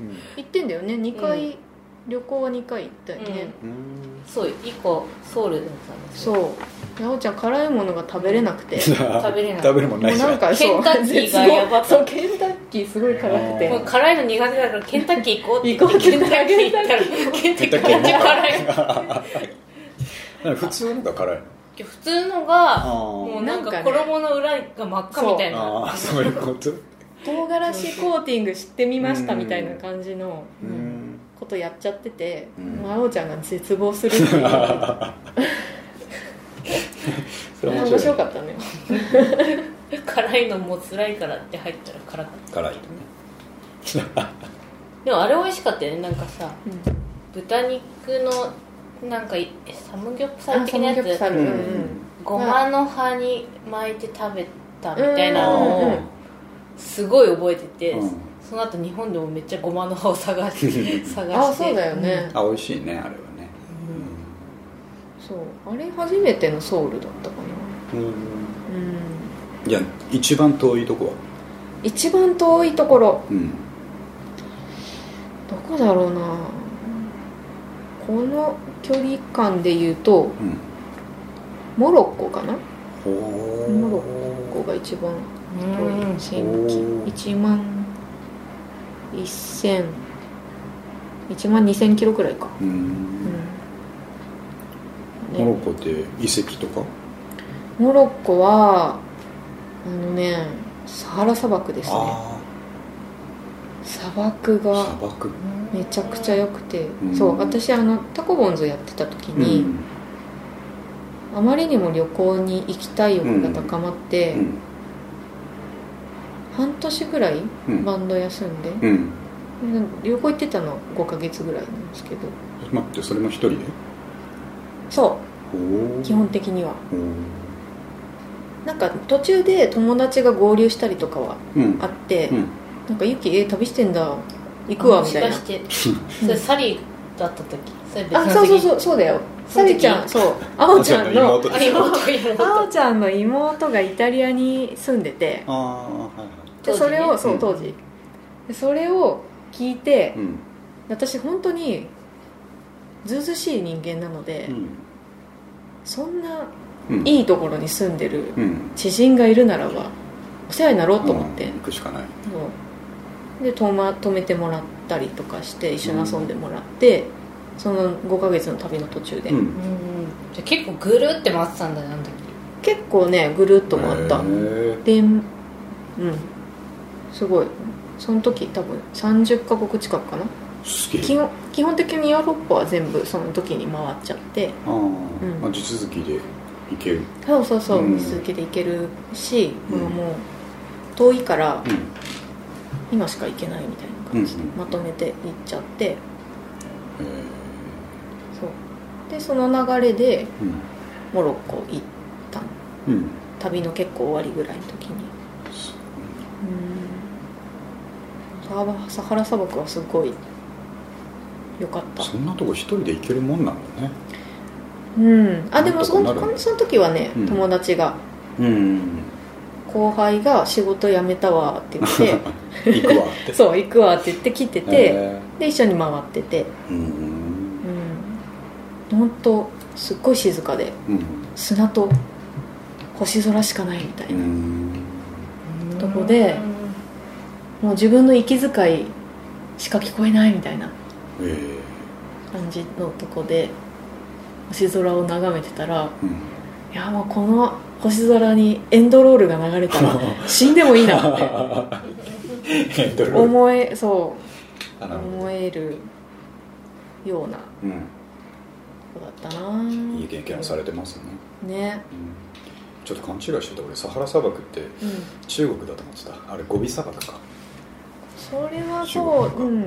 S1: うん
S2: 行ってんだよね2回、旅行は2回行ったよね、
S1: うん <laughs>
S3: そう以降ソウルでもさ
S2: そういやあおちゃん辛いものが食べれなく
S1: <laughs>
S2: て
S1: 食
S3: べれない
S1: 食べるもん
S2: も
S1: な
S2: う
S1: いじゃ
S2: なんんかそう
S3: ケンタッキーがやばかった
S2: そうケンタッキーすごい辛く
S1: う
S2: て
S3: もう辛いの苦手だからケンタッキー行こうって
S2: 行こうって
S3: ケンタッキー行ったらケンタッキーめっちゃ辛い
S1: 普通のが辛い
S3: 普通のが
S1: あー
S3: もうなんか
S2: なんかね
S3: 衣の裏が真っ赤みたいな
S1: ああそういうこと
S2: 唐辛子コーティングしてみましたみたいな感じの
S1: うん
S2: ことやっちゃってて、
S1: うん
S2: もうあおちゃんが絶望するっ
S1: <laughs>
S2: ていう
S1: それ面
S2: 面
S1: 白
S2: 白
S1: い
S2: かったね
S3: <laughs> 辛いのも辛いからって入ったら辛かった
S1: 辛い
S3: でもあれ美味しかったよねなんかさ
S2: うん
S3: 豚肉のなんかいサムギョプサル的な
S2: あサムギョプ
S3: や
S2: サ
S3: つ
S2: ルうんうん
S3: ごまの葉に巻いて食べたみたい
S1: あ
S3: な
S2: うん
S3: のをすごい覚えてて、
S1: うん
S3: その後日本でもめっちゃごまの葉を探して探して
S2: ああそうだよね、
S1: あ美味しいねあれはね
S2: そうあれ初めてのソウルだったか
S1: うん
S2: なうん
S1: いや一番遠いとこは
S2: 一番遠いところ
S1: うん
S2: どこだろうなこの距離感で言うと
S1: うん
S2: モロッコかな
S1: お
S2: モロここが一番
S3: う
S2: 遠
S3: ん
S2: い新
S1: おー
S2: 規1万1000 1万2000キロくらいか
S1: う
S2: うん
S1: ん
S2: ね
S1: モロッコって遺跡とか
S2: モロッコはあのねサハラ砂漠ですね
S1: あ
S2: 砂漠
S1: あ
S2: が
S1: 砂漠
S2: めちゃくちゃ良くて、
S1: うん
S2: そう私あのタコボンズやってた時に、あまりにも旅行に行きたい欲が高まって、
S1: うん
S2: 半年ぐらい
S1: うん
S2: バンド休んで、
S1: うん
S2: 旅行行ってたの5ヶ月ぐらいなんですけど
S1: 待ってそれも一人で
S2: そ
S1: お
S2: う
S1: ー
S2: 基本的には
S1: おー
S2: なんか途中で友達が合流したりとかは
S1: うん
S2: あって、
S1: うん
S2: なんか「ユキえ旅してんだ行くわ」みたいな
S3: もしかしてそれサリーだった時それ別の
S2: あ
S3: 時
S2: そうそうそうそうだよ
S3: そ
S2: サ
S3: の時
S2: リちゃんそうあおちゃんの
S1: 妹で
S3: あ
S1: すよ
S3: 妹いる
S2: あおちゃんの妹がイタリアに住んでて
S1: ああはいは
S2: で
S3: 当時ね
S2: それをそううん当時、でそれを聞いて
S1: い、うん
S2: 私本当にずうずうしい人間なので、
S1: うん
S2: そんな
S1: うん
S2: いいところに住んでる
S1: うん
S2: 知人がいるならばお世話になろうと思って
S1: うん、行くしかない
S2: そうで泊ま泊めてもらったりとかして一緒に遊んでもらって、その5ヶ月の旅の途中で、
S1: うん
S3: うんじゃあ結構ぐるって回ってたんだねあの時
S2: 結構ねぐるっと回った
S1: へー
S2: でうんすごいその時多分30カ国近くかな
S1: すげ
S2: 基
S1: え
S2: 本基本的にヨーロッパは全部その時に回っちゃって
S1: ああ、
S2: うん
S1: まあ、地続きで行ける
S2: そうそうそう、
S1: うん
S2: 続けていけるし、
S1: うん
S2: もうもう遠いから
S1: うん
S2: 今しか行けないみたいな感じで、
S1: うんうん
S2: まとめて行っちゃって
S1: え
S2: そうでその流れで
S1: ーうん
S2: モロッコ行ったの
S1: うん
S2: 旅の結構終わりぐらいの時に
S1: す
S2: うんサハバサハラ砂漠はすごい良かった
S1: そんなとこ一人で行けるもんなんだね
S2: うんあで
S1: な
S2: も
S1: んとか
S2: そ
S1: な
S2: の
S1: る
S2: このその時はね、
S1: うん
S2: 友達が
S1: うん
S2: 後輩が仕事辞めたわって言
S1: <laughs>
S2: っ
S1: 行くわって
S2: てそう行くわって言って来てて、
S1: え
S2: で一緒に回ってて
S1: ーうん
S2: うん本当すっごい静かで
S1: うん
S2: 砂と星空しかないみたいうな、
S1: ん
S2: とこでもう自分の息遣いしか聞こえないみたいな
S1: えー
S2: 感じのとこで星空を眺めてたら
S1: うん
S2: いやもうこの星空にエンドロールが流れた
S1: <laughs>
S2: ら死んでもいいなって
S1: エン <laughs> ドロール
S2: 思えそう
S1: あなるほど
S2: 思えるような子だったな
S1: うんい
S2: い
S1: い経験をされてますね、
S2: ね
S1: うんちょっと勘違いしてた俺サハラ砂漠って
S2: うん
S1: 中国だと思ってたあれゴビ砂漠か
S2: それは
S1: 中
S2: そ
S1: 国か
S2: ううん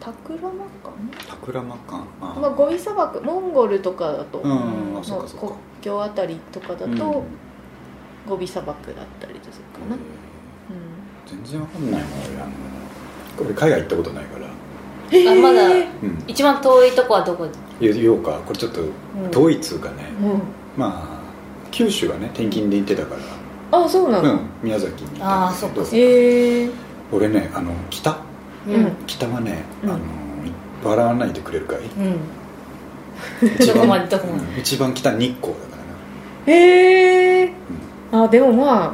S2: タクラマか
S1: タクラマカンあ
S2: な、まあ、ゴビ砂漠モンゴルとかだと、
S1: うんあそ
S2: の
S1: っかそっか
S2: 国境あたりとかだ
S1: うん
S2: と、ゴビ砂漠だったりするかな、
S1: え
S2: うん
S1: ー全然わかんないな俺あの俺海外行ったことないから
S2: へー
S3: まだ
S1: うん
S3: 一番遠いとこはどこ
S1: 言おうかこれちょっと
S3: うん
S1: 遠いっつうかね、
S2: うん
S1: まあ九州はね転勤で行ってたか
S2: あそうな
S1: ら、う
S2: の、
S1: ん、宮崎にいたん
S3: あー
S1: だ
S3: そっ
S1: けど
S3: かそ
S2: へえ
S1: 俺ねあの北
S3: うんうん
S1: 北はね、
S2: うん
S1: あの笑わないでくれる
S3: <laughs>
S1: かい
S3: どこまでどこまで
S1: うん一番北日光だからね
S2: へえあでもまあ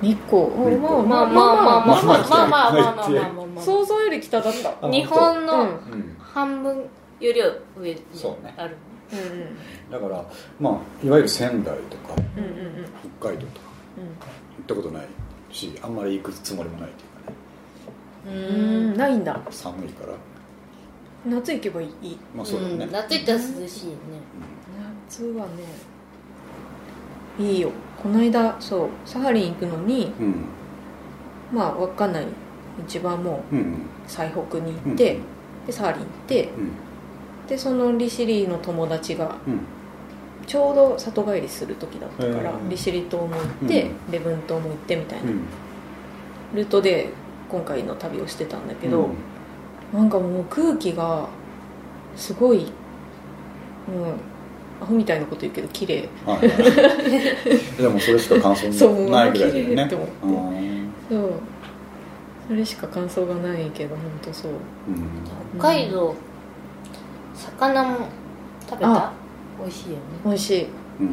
S2: 日光
S1: 光
S2: まあ
S3: まあまあまあまあまあまあまあまあまあまあまあまあ
S2: 想像より北だった
S1: あ
S3: 日本
S2: うんう
S3: の
S1: うん
S3: 半分よりは上に
S1: そうね
S3: ある
S2: ん
S1: だからまあいわゆる仙台とか
S2: うんうんうんうん
S1: 北海道とか行ったことないしあんまり行くつもりもないっていうかね
S2: う
S3: う
S2: んんないんだ
S1: 寒いから
S2: 夏行けばいい
S1: まあそうだよね、
S3: ん夏行ったら涼しいね
S2: 夏はねいいよこの間そうサハリン行くのに
S1: うん
S2: まあ稚内一番も
S1: うんうん
S2: う最北に行って、でサハリン行って
S1: うん
S2: でその利尻の友達が
S1: うん
S2: ちょうど里帰りする時だったから
S1: うん
S2: 利尻島も行って、
S1: う
S2: 礼文島も行ってみたいな、
S1: うん
S2: ルートで今回の旅をしてたんだけど、
S1: うん
S2: なんかもう空気がすごいもうアホみたいなこと言うけど綺麗
S1: はいはい、 <laughs> でもそれしか感
S2: そ
S1: 想
S2: う
S1: ないぐらいだよ
S2: 綺麗
S1: ね
S2: って思って
S1: うん
S2: そうそれしか感想がないけど本当そう
S1: うん
S3: 北海道魚も食べた
S2: あ
S3: 美味しいよね
S2: 美味しい
S1: うん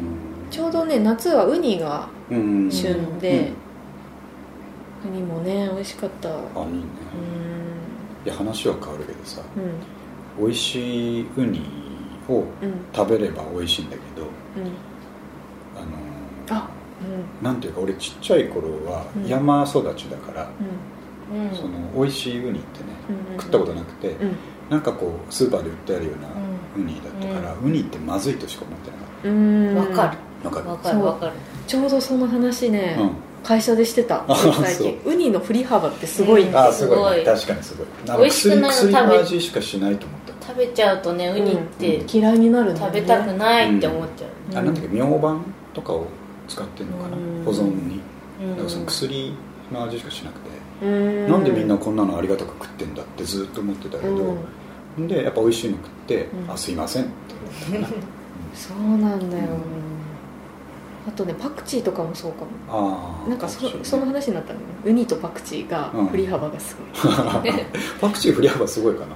S2: ちょうどね夏はウニが
S1: うん
S2: 旬で、ウニもね美味しかったう
S1: うんあいいね
S2: ーん
S1: いや話は変わるけどさ
S2: うん
S1: 美味しいウニを
S2: うん
S1: 食べれば美味しいんだけど
S2: うん
S1: あのー
S2: あうん
S1: なんていうか俺ちっちゃい頃は
S2: うん
S1: 山育ちだから、
S2: う
S3: うん
S1: その美味しいウニってね
S2: んうんうん
S1: 食ったことなくて、
S2: うん
S1: なんかこうスーパーで売ってあるような
S3: う
S1: ウニだったから、ウニってまずいとしか思ってなかっ
S2: うーん
S3: わか
S1: たなん
S3: るわ
S1: か
S3: かるわかる
S2: ちょうどその話ね、
S1: うん
S2: 会社でしてた最
S1: そう
S2: 近ウニの振り幅ってすごいんだ
S1: あ
S2: よ
S1: ーすごいね
S3: すごい
S1: 確かにすごいなんか
S3: 美味しくないの
S1: 薬
S3: 食
S1: 薬
S3: べ
S1: の味しかしないと思った、
S3: 食べちゃうとねウニって
S2: 嫌いになるんだよ
S3: 食
S2: ね
S3: べたくないって思っちゃう
S2: うん
S1: あなんだっけミョウバンとかを使ってんのかな
S3: うん
S1: 保存にだからその
S3: う
S1: 薬の味しかしなくて、
S2: うー
S1: なんでみんなこんなのありがたく食ってんだってずっと思ってたけど、
S2: うん
S1: でやっぱ美味しいの食って「
S2: うん
S1: あすいません」って
S2: そうなんだよ、
S3: ん
S2: あとねパクチーとかもそうかも
S1: ああ
S2: なんかそその話になったのよウニとパクチーが
S1: うん
S2: 振り幅がすごい、
S1: <laughs> パクチー振り幅すごいかな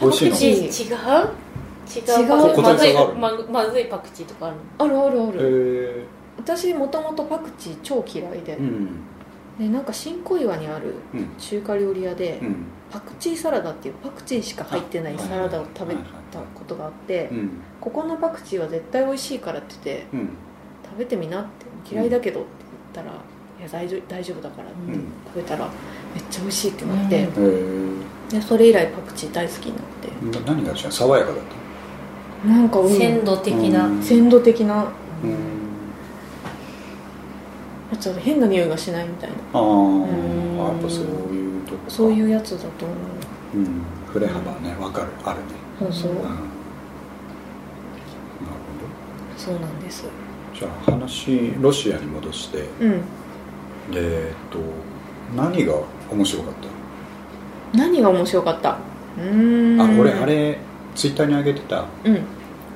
S1: 美
S3: パク
S1: 味
S3: チ
S1: しいの
S3: ー違う違う
S2: 違う
S3: まずい
S1: 個体差があ
S3: ままずいパクチーとかあるの
S2: あるあるある
S1: え
S2: 私もともとパクチー超嫌いで、
S1: ーうん
S2: でなんか新小岩にある
S1: うん
S2: 中華料理屋で、
S1: うん
S2: パクチーサラダっていうパクチーしか入ってないサラダを食べたことがあって、
S1: うん
S2: ここのパクチーは絶対美味しいからって言って
S1: うん
S2: 食べてみなって嫌いだけどって言ったら、いや大丈夫大丈夫だからって
S1: ん
S2: 食べたらめっちゃ美味しいってなって、
S3: うん
S1: へー
S2: でそれ以来パクチー大好きになって
S1: な何が違う爽やかだっ
S2: なんか、うん、
S3: 鮮
S2: 鮮
S3: 度的な、
S1: うん
S2: 度的な
S1: たうん
S2: やつだ変な匂いがしないみたいな
S1: あ
S3: ん
S1: あやっぱそういうとこか
S2: そういうやつだと思う
S1: うん振れ幅ね分かるあるね
S2: そうそう、
S1: うんなるほ
S2: そうなんです
S1: どじゃあ話ロシアに戻して
S2: うん
S1: でえっと何が面白かった
S2: 何が面白かったうーん
S1: あ俺あれツイッターに上げてた
S2: うん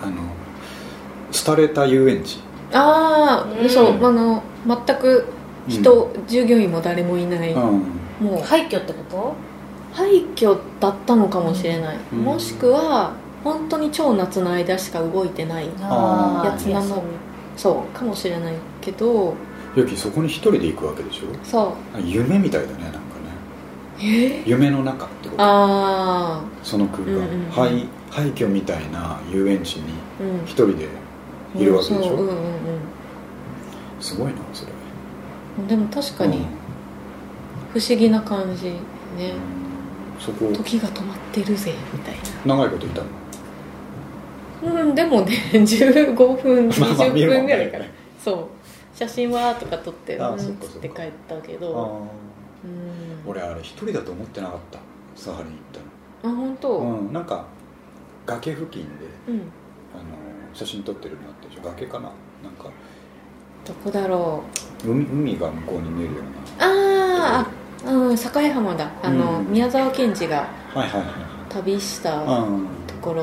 S1: あの廃れた遊園地
S2: ああ、
S3: うん
S2: そうあの全く人、従業員も誰もいない、
S1: うん
S2: もう
S3: 廃墟ってこと
S2: 廃墟だったのかもしれない、
S1: うん
S2: もしくは本当に超夏の間しか動いてない
S1: あー
S2: やつなのそうかもしれないけど
S1: よきそこに一人で行くわけでしょ
S2: そ
S1: あ夢みたいだねなんかね
S2: うえ
S1: 夢の中ってこと
S2: あ
S1: その空間、
S2: うんうんうん
S1: 廃廃墟みたいな遊園地に
S2: あうん
S1: 一人でいるわけでしょ
S2: そううんうん
S1: すごいなそれ
S2: うんでも確かに
S1: うん
S2: 不思議な感じね、
S1: そこ
S2: 時が止まってるぜみたい
S1: 長いこといたの
S2: なうんでもね <laughs> 15分
S1: まあまあ
S2: 20
S1: 見るもん
S2: 分
S1: ね
S2: ぐらいから、そう写真はとか撮って
S1: あー
S2: うん
S1: そっかそっか
S2: つって帰ったけどうん
S1: 俺あれ一人だと思ってなかったサハリに行ったの
S2: あ本当
S1: うん、なんか崖付近で
S2: うん
S1: あの写真撮ってるのあったでしょ崖かななんか
S2: どこだろう
S1: 海海が向こうに見えるよう
S2: あーあうん境浜だあの、
S1: うん
S2: 宮沢賢治が
S1: なはいはいは
S2: 旅し
S1: い、
S2: た
S1: うん、
S2: ところ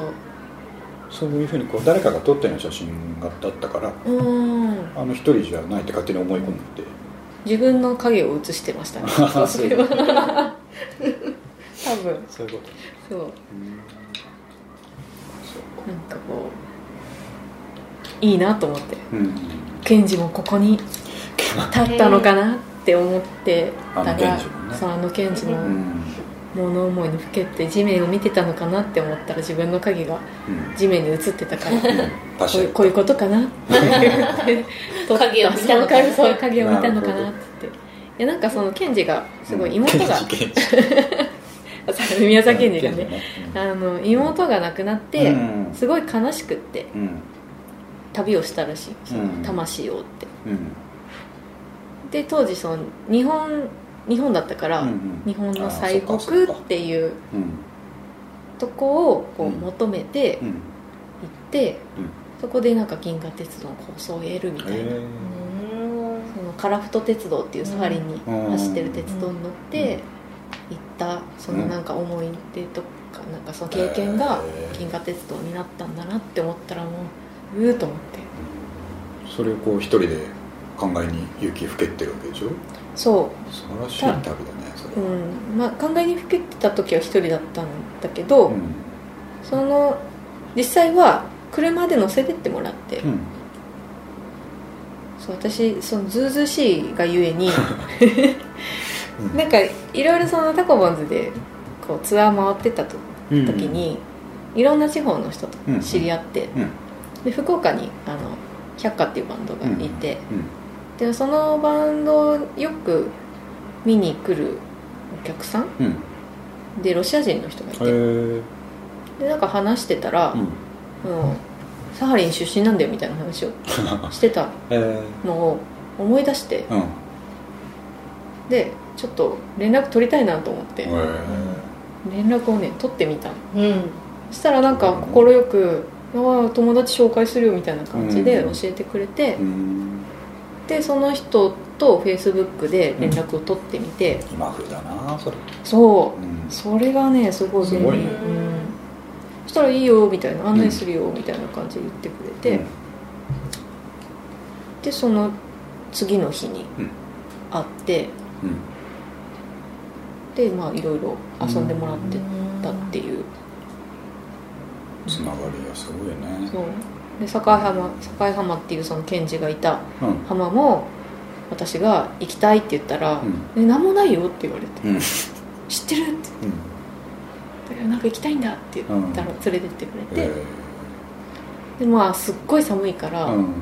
S1: そういうふうにこう誰かが撮ったような写真がだったから
S2: うーん
S1: あの一人じゃないって勝手に思い込んでて
S2: 自分の影を映してましたね
S1: あー
S2: それは多
S1: <laughs>
S2: 分
S1: そういうことう
S2: そう
S1: んそう
S2: なんかこういいなと思って
S1: うん
S2: 賢治もここに立ったのかなって思ってたら
S1: あの賢治もね
S2: そうあの賢治
S1: う
S2: も
S1: ん
S2: 物思いにふけって地面を見てたのかなって思ったら自分の影が
S1: うん
S2: 地面に映ってた <laughs> から
S1: パシ
S2: こういうこういうことかなって
S3: <laughs>
S2: 言って
S3: 影を見たのかな
S2: そう影を見たのかなって言っていやなんかその賢治がすごい妹 <laughs> が、宮沢賢治がねあの妹が亡くなって、
S1: うん
S2: すごい悲しくって
S1: うん
S2: 旅をしたらしいその
S1: うん
S2: 魂を追って
S1: うん
S2: で当時その日本日本だったから、
S1: うん
S2: 日本の最北
S1: あそっかそっか
S2: っていう
S1: うん
S2: とこをこう
S1: うん
S2: 求めて行
S1: う
S2: っ
S1: ん
S2: て、
S1: うん
S2: そこでなんか銀河鉄道の構想を得るみたいな、
S1: へ
S3: う
S1: え
S3: ん
S2: その樺太鉄道っていうサハリンに
S1: うん
S2: 走ってる鉄道に乗って行ったそのなんか思い出とかなんかその経験が
S1: へー
S2: 銀河鉄道になったんだなって思ったらもううーと思って
S1: それをこう一人で考えに雪ふけってるわけでしょ
S2: そ、
S1: 素晴らしい旅だねそうれ
S2: う
S1: は、
S2: んまあ、考えにふけてた時は一人だったんだけど、
S1: うん
S2: その実際は車で乗せてってもらって、
S1: うん
S2: そう私そのずうずうしいがゆえ
S1: <laughs>
S2: に
S1: うん
S2: なんかいろいろそのタコボンズでこうツアー回ってたと
S1: うん
S2: 時に、いろんな地方の人と知り合って、
S1: うん
S2: で福岡にあの百花っていうバンドがいて、
S1: うん
S2: でそのバンドをよく見に来るお客さん
S1: うん
S2: でロシア人の人がいて、
S1: へえ
S2: でなんか話してたら、
S1: うん
S2: もうサハリン出身なんだよみたいな話をしてた
S1: へえ
S2: のを思い出して
S1: うんへ
S2: でちょっと連絡取りたいなと思って
S1: え
S2: 連絡をね取ってみたの
S3: うん
S2: そしたらなんか快く「ああ友達紹介するよ」みたいな感じで
S1: うん
S2: 教えてくれて
S1: うん
S2: でその人とフェイスブックで連絡を取ってみて
S1: 今風だなそれ
S2: そううんそれがねすごい
S1: すごいね
S2: うんそしたら「いいよ」みたいな「案
S1: う
S2: 内
S1: ん
S2: するよ」みたいな感じで言ってくれて、でその次の日に
S1: うん
S2: 会って
S1: うん
S2: でまあいろいろ遊んでもらってたっていう。
S1: つながりがすごいよね
S2: そうで境浜境浜っていうその賢治がいた
S1: うん
S2: 浜も私が「行きたい」って言ったら
S1: うん
S2: 「え何もないよ」って言われて
S1: うん
S2: 「知ってる?」って
S1: うん
S2: 「なんか行きたいんだ」って言ったら連れてってくれて、
S1: え
S2: でまあすっごい寒いから、
S1: ーうん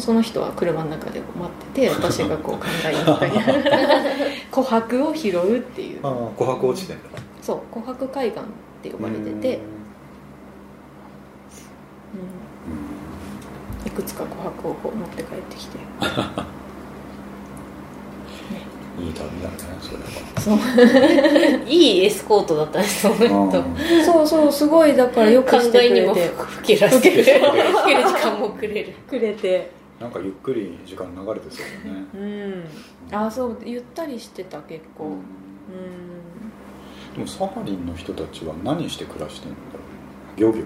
S2: その人は車の中で待ってて私がこう考えに行ったり
S1: <laughs>
S2: 琥珀を拾うっていう
S1: ああ琥珀落ちてんだ
S2: そう琥珀海岸って呼ばれてて、うんいくつか琥珀をこう持って帰ってきて
S1: うんいい旅だねそれは
S2: そう
S3: いいエスコートだったんですよ本当
S2: そうそうすごいだからよく
S3: 考
S2: して
S3: え
S2: く
S3: に
S2: れ
S3: も
S2: て
S3: ふけらせて
S1: ふけらせて
S3: ふける時間もくれる
S2: くれて
S1: <laughs> なんかゆっくり時間流れてそうだね
S2: うんあそうゆったりしてた結構うん
S1: でもサハリンの人たちは何して暮らしてるんだろう漁業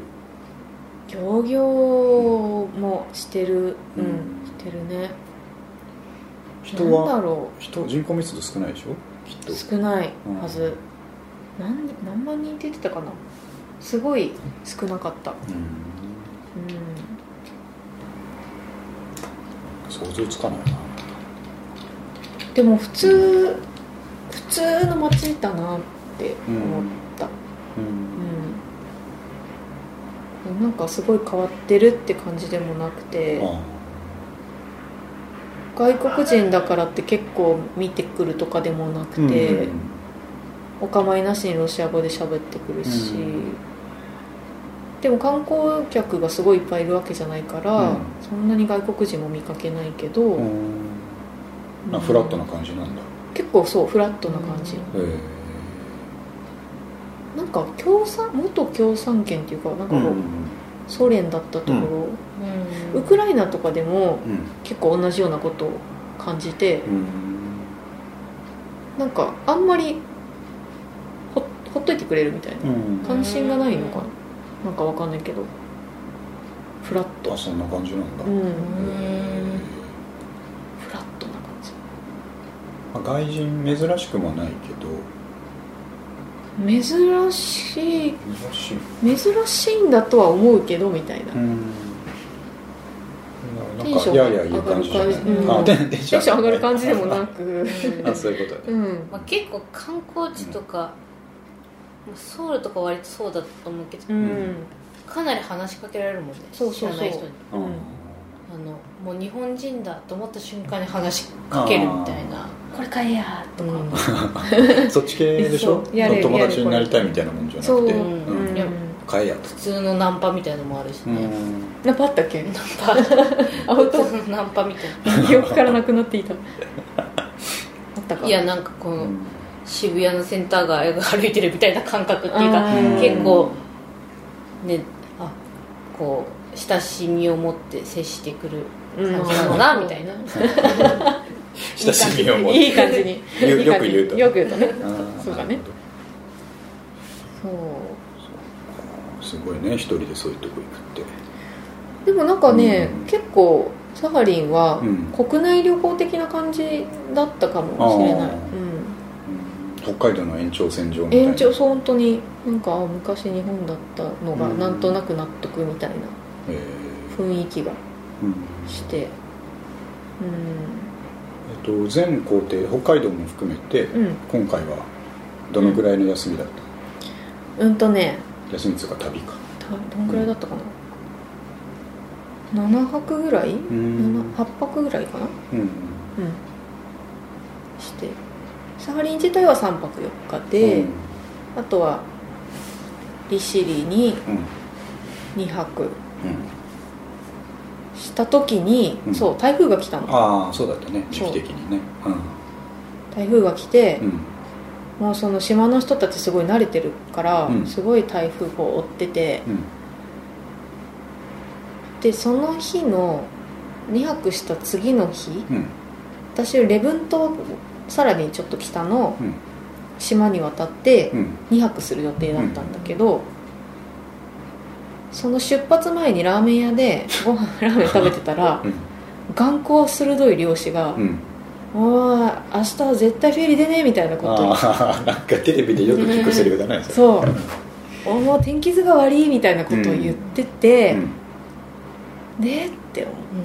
S2: 行業もしてるうん、
S1: うん
S2: してるね
S1: 人
S2: なん
S1: は
S2: だろ
S1: 人人口密度少ないでしょきっ
S2: う
S1: と
S2: 少ない
S1: うん
S2: はず、なん、何万人って言ってたかなすごい少なかっ
S1: う
S2: た
S1: ん
S2: うん
S1: 想像つかないな
S2: でも普通普通の街だなって思った、
S1: う
S2: うんんなんかすごい変わってるって感じでもなくて
S1: あ
S2: 外国人だからって結構見てくるとかでもな
S1: あ
S2: くて、
S1: うん
S2: お構いなしにロシア語で喋ってくるし、
S1: うん
S2: でも観光客がすごいいっぱいいるわけじゃないから、
S1: うん
S2: そんなに外国人も見かけないけど、
S1: うん
S2: う
S1: なんフラットな感じなんだ
S2: 結構そうフラットな感じ、
S1: へえ
S2: なんか共産元共産圏っていうかなんかこう、ソ連だったところ、
S3: う
S2: ウクライナとかでも
S1: うん
S2: 結構同じようなことを感じて
S1: うん
S2: なんかあんまりほほっといてくれるみたいな
S1: うん
S2: 関心がないのかななんかわかんないけどフラッ
S1: あ
S2: ト
S1: そんな感じなんだ
S2: うん
S1: へ
S2: フラットな感じ
S1: えまあ外人珍しくもないけど
S2: 珍し
S1: 珍
S2: い
S1: しい
S2: 珍しいんだとは思うけどみたいな、
S1: うんな
S2: テ
S1: ん
S2: ンシ
S1: か
S2: ョン
S1: ややいい感じじゃない
S3: 上がる感じうん
S1: あテンテンシ
S2: テンション上がる感じでも
S1: い
S2: なく
S1: あそういうこと
S2: う
S1: ね
S2: ん
S3: まあ、結構観光地とか、まあソウルとか割とそうだったと思うけど、
S2: うん、うん
S3: かなり話しかけられるもんね
S2: そうそうそう
S3: 知らない人に
S2: うん
S3: あのもう日本人だと思った瞬間に話しかけるみたいな
S2: これ買えや
S3: と
S2: と
S3: か、
S2: か、
S1: うんそっち系でしょ
S2: そうやれ
S1: 友達になりたいみたいなもんじゃな
S2: そう、
S1: くて
S2: うん
S1: うん
S2: うん
S3: いや
S1: 買えやと
S3: 普通のナンパみたいのもあるし
S1: うん
S3: ね、
S2: ナパあったっけ
S3: ナン
S2: あ
S3: パ
S2: 本当
S3: のナンパみたい
S2: 記憶からなくなっていたあったか
S3: ないやなんかこの渋谷のセンター街が歩いてるみたいな感覚っていう
S2: あ
S3: か
S2: ー
S3: 結構ねあこう親しみを持って接してくる
S2: うん
S3: 感じなのなみたいな
S1: 親しみを持って
S2: いい感じに
S1: よ
S2: いい感じに
S1: よく言うと
S2: よく言うとね
S1: あー
S2: そうだね
S1: なるほど
S2: そう
S1: すごいね一人でそういうとこ行くって
S2: でもなんかね、
S1: うん
S2: 結構サハリンは
S1: うん
S2: 国内旅行的な感じだったかもしれない、
S1: あー
S2: うん、
S1: 北海道の延長線上みたいな
S2: 延長そう本当になんかあ昔日本だったのがなんとなく納得みたいな
S1: え
S2: 雰囲気が
S1: ーうん
S2: して
S1: えっと、全行程北海道も含めて
S2: うんうん
S1: 今回はどのぐらいの休みだった、
S2: うんとね
S1: 休みっつうか旅か
S2: たどんくらいだったかな、7泊ぐらい、
S1: う
S2: 七8泊ぐらいかな
S1: うん
S2: うんしてサハリン自体は3泊4日で、
S1: うん
S2: あとは利尻に
S1: うん
S2: 2泊
S1: うん
S2: した時に、
S1: うん
S2: そう台風が来たの
S1: ああそうだったね時期的にね
S2: 台風が来て
S1: う、ん
S2: もうその島の人たちすごい慣れてるから、
S1: うん
S2: すごい台風を追ってて
S1: うん
S2: でその日の2泊した次の日
S1: うん
S2: 私礼文島さらにちょっと北の
S1: うん
S2: 島に渡って
S1: うんうん
S2: 2泊する予定だったんだけど、その出発前にラーメン屋でご飯 <laughs> ラーメン食べてたら
S1: うん
S2: 眼光鋭い漁師が
S1: うん
S2: 「おー明日は絶対フェリーでね」みたいなことを
S1: ああなんかテレビでよく聞くセリフだねう
S2: そう「おもう天気図が悪い」みたいなことを言ってて、
S1: ん
S2: でって思って、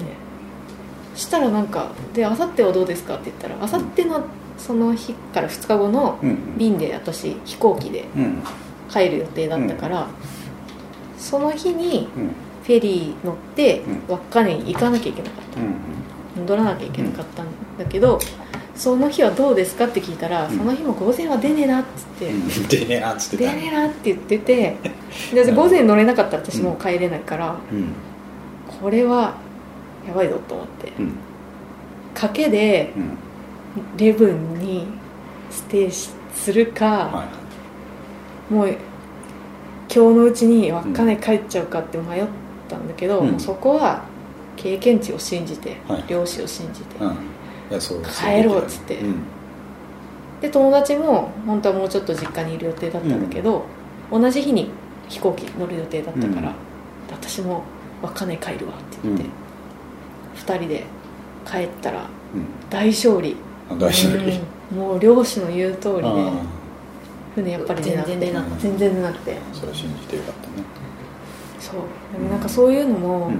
S2: したらなんか「であさってはどうですか?」って言ったら「あさってのその日から2日後の
S1: うん
S2: 便で私飛行機で
S1: うんうん
S2: 帰る予定だったから、その日に
S1: うん
S2: フェリー乗って
S1: う
S2: 稚内に行かなきゃいけなかった
S1: うん
S2: 戻らなきゃいけなかったんだけど、その日はどうですかって聞いたら、
S1: うん
S2: その日も午前は出ねえなっつって、
S1: うんでねあっつって
S2: 出
S1: た
S2: ねえなって言っててで
S1: うん
S2: 午前乗れなかったら私もう帰れないから、
S1: うん
S2: これはやばいぞと思って
S1: うん
S2: 賭けで
S1: うん
S2: レブンにステイしするか、
S1: はい
S2: もう今日のうちに稚内帰っちゃうかって迷ったんだけど、
S1: うん
S2: もうそこは経験値を信じて、
S1: はい
S2: 漁師を信じて、
S1: うんいやそう
S2: 帰ろうっつって
S1: うん
S2: で友達も本当はもうちょっと実家にいる予定だったんだけど、同じ日に飛行機乗る予定だったから、
S1: うん
S2: 私も稚内帰るわって言って、
S1: うん
S2: 2人で帰ったら
S1: うん
S2: 大勝利、
S1: あ大丈夫
S2: うんもう漁師の言う通りで、
S1: あ
S2: 船やっぱり出なくて
S3: 全然出
S1: なかった
S2: 全然出なくて
S1: あそれは信じてよかったね
S2: そうでもなんかそういうのも、
S1: うん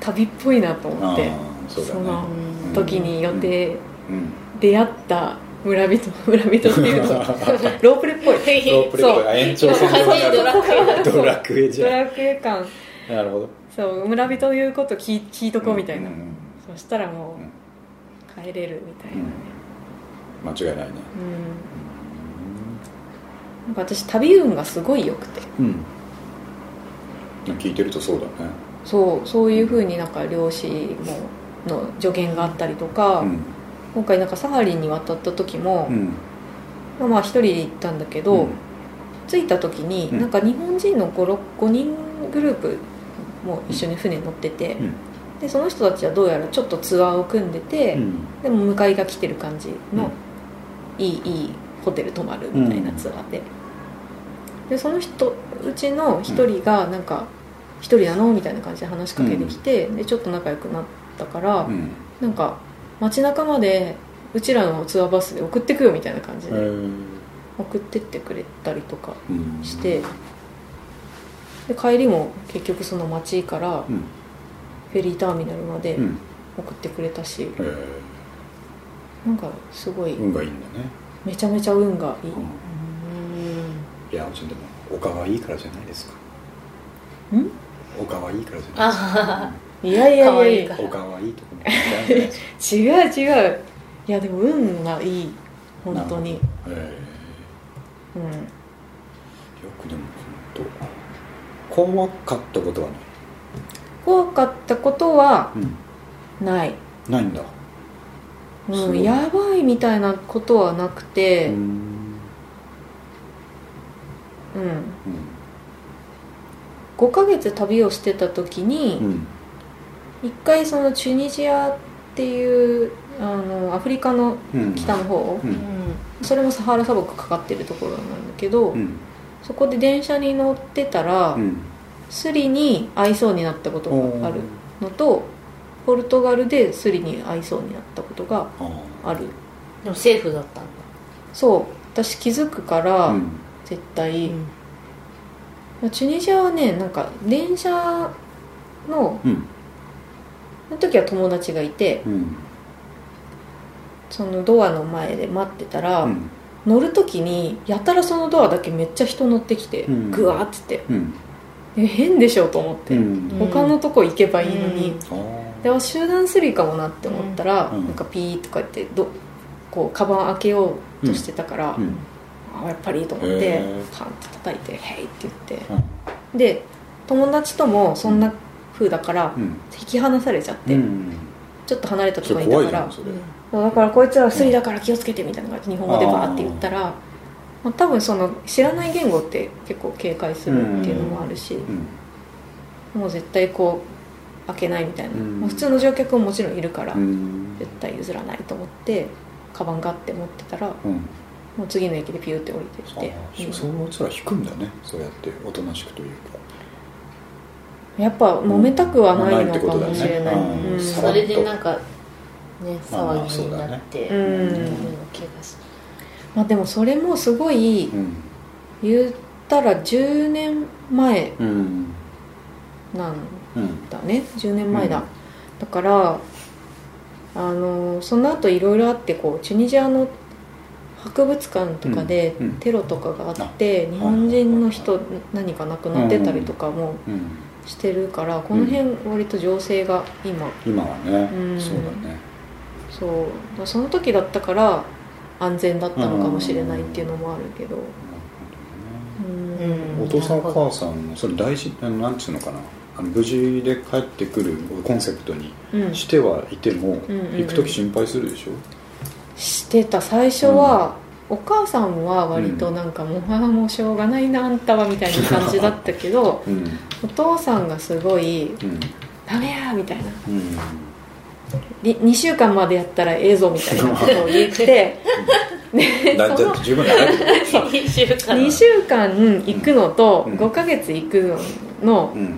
S2: 旅っぽいなと思
S1: あ
S2: って
S1: あそうだ
S2: その
S1: ね
S3: うん
S2: 時に予定
S1: うん
S2: 出会った村人 <laughs> 村人っ
S1: <laughs>
S2: ていうのロープレっぽい
S1: ロープレコー延長線上にある <laughs> ドラクエじ
S2: ド
S1: ゃ
S2: ラクエ感
S1: んなるほど
S2: そう村人の言うこと聞い聞いとこうみたいな、
S1: んん
S2: そしたらも
S1: うん
S2: う帰れるみたいなね
S1: うん間違いないね
S2: うん、なんか私旅運がすごい良くて
S1: うん聞いてるとそうだね
S2: そうそういうふうになんか漁師もの助言があったりとか、
S1: うん
S2: 今回なんかサハリンに渡った時も、
S1: うん
S2: まあまあ一人で行ったんだけど、
S1: うん
S2: 着いた時に、
S1: うん
S2: なんか日本人の5人グループも一緒に船に乗ってて、
S1: うん
S2: でその人たちはどうやらちょっとツアーを組んでて、
S1: うん
S2: でも迎えが来てる感じの、いいいいホテル泊まるみたいなツアーで、でその人うちの一人がなんか「一人なの?」みたいな感じで話しかけてきて、でちょっと仲良くなったから、
S1: うん
S2: なんか街中までうちらのツアーバスで送ってくよみたいな感じ
S1: へ
S2: で、
S1: ー
S2: 送ってってくれたりとか
S1: うん
S2: してで帰りも結局その町から
S1: うん
S2: フェリーターミナルまで
S1: うん
S2: 送ってくれたし、
S1: へー
S2: なんかすごい
S1: 運がいいんだね
S2: めちゃめちゃ運がいい、
S1: うんいやちょっとでも丘はいいからじゃないですか
S2: ん
S1: 丘はいいからじゃない
S3: あ
S1: です
S3: は
S1: か
S3: は
S2: うんいやいやい
S3: 可
S2: や
S3: 愛い
S2: い
S3: か
S2: や
S1: うん丘はいいとこに行きたいんじゃない <laughs> ですか
S2: 違う違ういやでも運がいい本当に
S1: なるほどへー
S2: うん
S1: よくでも本当怖かったことはない、
S2: 怖かったことはない、
S1: ないんだす
S2: う
S1: ご
S2: ん、
S1: い
S2: やばいみたいなことはなくて、うん
S1: ん
S2: 5ヶ月旅をしてた時に、
S1: うん
S2: 一回そのチュニジアっていうあのアフリカの
S1: うん
S2: 北の方、
S1: うん
S2: それもサハラ砂漠かかってるところなんだけど、
S1: うん
S2: そこで電車に乗ってたら、
S1: うん
S2: スリに会いそうになったことがあるのとポルトガルでスリに会いそうになったことが
S1: あ
S2: ある
S3: でもセーフだったんだ
S2: そう私気づくか
S1: あ
S2: ら、
S1: うん
S2: 絶対、チュニジアはねなんか電車の
S1: うん
S2: の時は友達がいて
S1: うん
S2: そのドアの前で待ってたら、
S1: うん
S2: 乗る時にやたらそのドアだけめっちゃ人乗ってきて、
S1: うん
S2: グワーってって
S1: うん
S2: え変でしょと思って、
S1: うん
S2: 他のとこ行けばいいのに、
S3: うん
S1: あー
S2: では集団スリーかもなって思ったら、
S1: うん
S2: なんかピーとか言ってどこうカバン開けようとしてたから、
S1: うん
S2: あやっぱりと思っ
S1: へ
S2: て
S1: ー
S2: パンって叩いて「へい!」って言ってで友達ともそんな風だから、
S1: うん
S2: 引き離されちゃって、
S1: うん
S2: ちょっと離れたと
S1: そ
S2: こ
S1: れ
S2: にいた
S1: 怖い
S2: か
S1: じゃ
S2: ら
S1: んそれ
S2: そうだからこいつらスリだから気をつけてみたいな感じで日本語でバーって言ったらまあ、多分その知らない言語って結構警戒するっていうのもあるし、
S1: うん
S2: もう絶対こう開けないみたいな、
S1: うん
S2: まあ普通の乗客ももちろんいるから、
S1: うん
S2: 絶対譲らないと思ってカバンガッて持ってたら
S1: うん
S2: もう次の駅でピューって降りてき
S1: あ
S2: て、
S1: ーそのうちら引くんだねそうやっておとなしくというか
S2: うんやっぱ揉めたくはないのかもしれない、
S1: うん
S2: う
S1: ない
S2: ん
S1: ってこと
S3: そ
S1: だね
S3: れでなんかね
S1: まあまあ
S3: 騒ぎになって
S2: そうだねうん
S3: 怪我し
S2: まあ、でもそれもすごい
S1: うん
S2: 言ったら10年前
S1: うん
S2: なん
S1: うん
S2: だね10年前だ、
S1: うん
S2: だからあのその後いろいろあってこうチュニジアの博物館とかで
S1: うんうん
S2: テロとかがあって、
S1: あ
S2: 日本人の人何か亡くなってたりとかも
S1: うん、
S2: してるから、この辺割と情勢が今
S1: 今はね、
S2: うん
S1: そうだね
S2: そうだからその時だったから安全だったのかもしれないっていうのもあるけど、うん
S3: うん
S1: お父さんお母さんもそれ大事あのなんつうのかなあの無事で帰ってくるコンセプトに
S2: うん
S1: してはいても、
S2: うんうんうん
S1: 行く時心配するでしょ、
S2: してた最初は、お母さんは割となんかもう、ああもうしょうがないなあんたはみたいな感じだったけど
S1: うん
S2: お父さんがすごい
S1: うん
S2: 「ダメや!」みたいな
S1: うん
S2: 「り2週間までやったらええぞ」みたいなことを言って
S1: だ
S2: その
S1: だ十分長いけど
S2: <laughs>
S3: 2週間
S2: 2週間行くのと
S1: うん
S2: 5ヶ月行くのの
S1: うん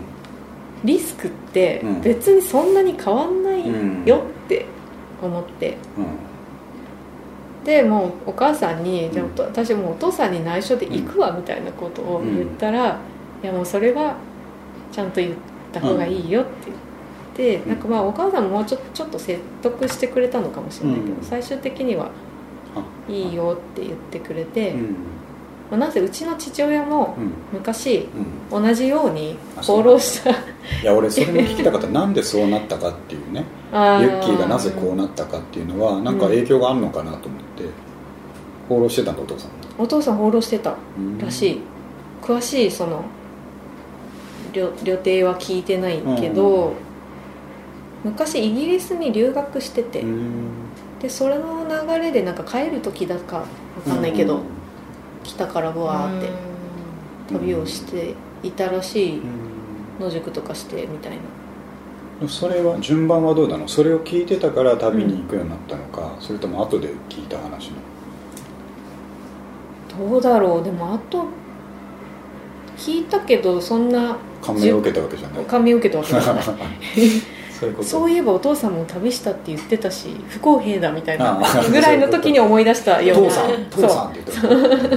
S2: リスクって
S1: うん
S2: 別にそんなに変わんない
S1: うん
S2: よって思って。でもうお母さんに「じゃあおと私もうお父さんに内緒で行くわ」みたいなことを言ったら「いやもうそれはちゃんと言った方がいいよ」って言って、
S1: うん
S2: なんかまあお母さんももうちょちょっと説得してくれたのかもしれないけど、
S1: うん
S2: 最終的には「
S1: うん
S2: いいよ」って言ってくれて、
S1: うん
S2: まあ、なぜうちの父親も
S1: うん
S2: 昔
S1: うん
S2: 同じように
S1: あそう
S2: 放浪した
S1: いや俺それも聞きたかったなんでそうなったかっていうね
S2: ユ
S1: ユッキーがなぜこうなったかっていうのはなんか影響があるのかなと思って放浪してたんだお父さん
S2: お父さん放浪してた
S1: うん
S2: らしい詳しいその旅旅程は聞いてないけど、昔イギリスに留学してて、
S1: うん
S2: でそれの流れでなんか帰る時だかわかんないけ
S1: う
S2: ど、
S1: ん
S2: 北からブワーって旅をしていたらしい
S1: うん
S2: 野宿とかしてみたいな
S1: それは順番はどうなのそれを聞いてたから旅に行くようになったのか、それとも後で聞いた話なの
S2: どうだろうでもあと聞いたけどそんな
S1: 感銘を受けたわけじゃない
S2: 感銘を受けたわけじゃない
S1: そういうこと
S2: そういえばお父さんも旅したって言ってたし不公平だみたいな
S1: ああ
S2: ぐらいの時に思い出したような
S1: 父さん
S2: そう
S1: 父さんって言ってた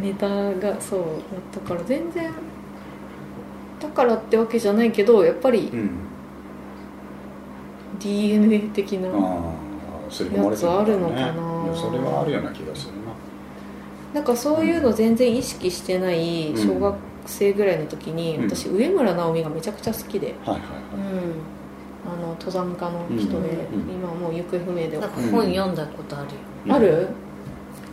S2: ネタがそうだったから全然だからってわけじゃないけどやっぱり
S1: うん
S2: DNA 的な、
S1: ああそれ生まれてだね
S2: やつあるのかない
S1: やそれはあるような気がするな
S2: なんかそういうの全然意識してない
S1: うん
S2: 小学生ぐらいの時に、
S1: うん
S2: 私上村直美がめちゃくちゃ好きで
S1: はいはいは
S2: あの登山家の人で、
S1: うんうん
S2: 今はもう行方不明で
S3: なんか本読んだことある
S1: い
S2: あ
S3: よ
S2: る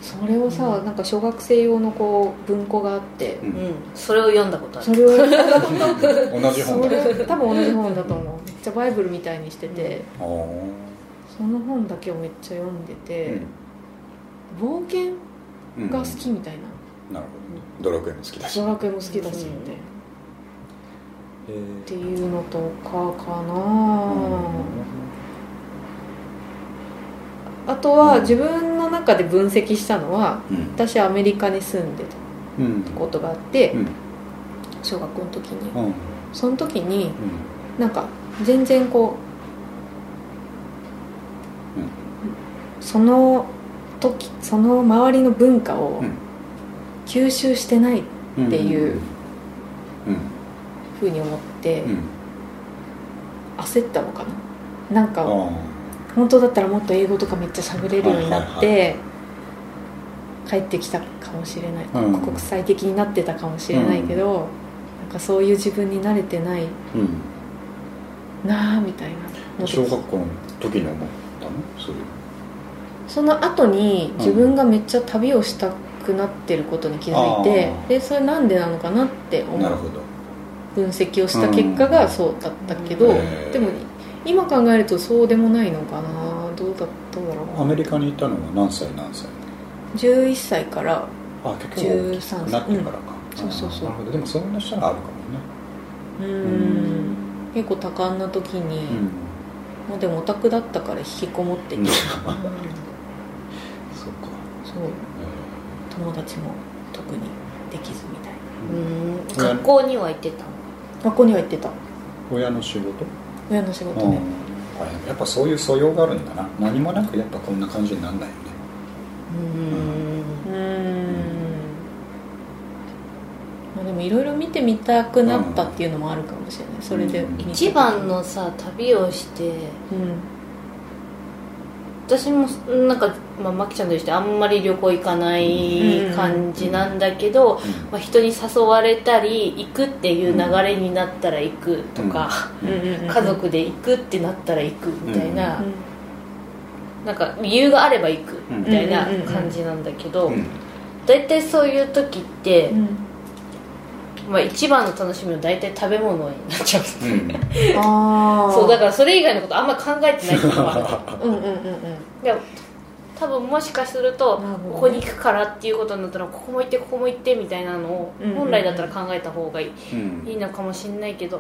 S2: それをさ、
S3: うん
S2: なんか小学生用のこう文庫があって、
S1: う
S3: うんんそれを読んだことあ
S2: そ
S3: る
S2: れを
S1: 同じ本だ
S2: そ
S1: ね
S2: れ多分同じ本だと思うめっちゃバイブルみたいにしてて、
S1: あー
S2: その本だけをめっちゃ読んでて、冒険
S1: うんうん
S2: が好きみたい
S1: なるほど
S2: な
S1: ねドラクエも好きだし
S2: 小学園も好きだし
S3: う
S2: み
S3: ん
S2: たいな、
S1: えー
S2: っていうのとかかな、あとは自分の中で分析したのは
S1: うん
S2: 私アメリカに住んで
S1: うん
S2: たことがあって、
S1: うん
S2: 小学校の時に
S1: うん
S2: その時になんか全然こう、
S1: うん
S2: その時その周りの文化を
S1: うん
S2: 吸収してない
S1: うん
S2: っていう
S1: うん
S2: ふうに思って
S1: うん
S2: 焦ったのかななん
S1: あ
S2: か
S1: ー
S2: 本当だったらもっと英語とかめっちゃ喋れるようになっ
S1: は
S2: て帰ってきたかもしれない、
S1: うん
S2: 国際的になってたかもしれないけど、なんかそういう自分に慣れてない
S1: うん
S2: なあみたいなので
S1: 小学校の時に思ったのそれ
S2: その後に自分がめっちゃ旅をしたくなってることに気づいて
S1: うんあ、ー
S2: でそれなんでなのかなって思
S1: なる
S2: う
S1: ほど
S2: 分析をした結果が
S1: うん
S2: そうだったけ
S3: そ
S2: ど、
S3: う
S1: えー
S2: でも今考えるとそうでもないのかなどうだったんだろう
S1: アメリカにいたのは何歳何歳
S2: 11歳から
S1: あ結構大きくなってからか、
S2: うんそうそうそう
S1: あーなるほどでもそんなしたらあるかもね
S2: うーん結構多感な時に、
S1: うん
S2: まあでもオタクだったから引きこもってて、
S1: うん
S3: うん
S1: そうか、
S2: そう
S1: え
S2: 友達も特にできずみたいな
S3: うん学校には行ってたの
S2: 学校には行ってた
S1: ー親の仕事
S2: 親の仕事
S1: うん
S2: ね、
S1: あやっぱそういう素養があるんだな何もなくやっぱこんな感じになんないよね
S3: うん
S2: うーんまあでももいろいろ見てみたくなったっていうのもあるかもしれないそれで
S1: うん
S2: 見
S3: 一
S2: て
S3: 番のさ旅をして
S2: うん
S3: 私もなんか、まあ、マキちゃんと一緒であんまり旅行行かない感じなんだけど、まあ、人に誘われたり行くっていう流れになったら行くとか、
S2: うんうんうん
S3: 家族で行くってなったら行くみたいな、
S2: うん
S3: なんか理由があれば行くみたいな
S2: うんうんうんうん
S3: 感じなんだけど
S1: うん
S3: 大体、そういう時って、
S2: うん
S3: まあ、一番の楽しみは大体食べ物になっちゃう、
S1: うん
S2: ああ
S3: そうだからそれ以外のことあんまり考えてないこともある
S2: <laughs> うんうんうんうん
S3: でも多分もしかすると
S2: なるほど
S3: ここに行くからっていうことになったらここも行ってここも行ってみたいなのを
S2: うんうんうん
S3: 本来だったら考えた方がいい,、
S1: うん
S3: いいのかもしれないけど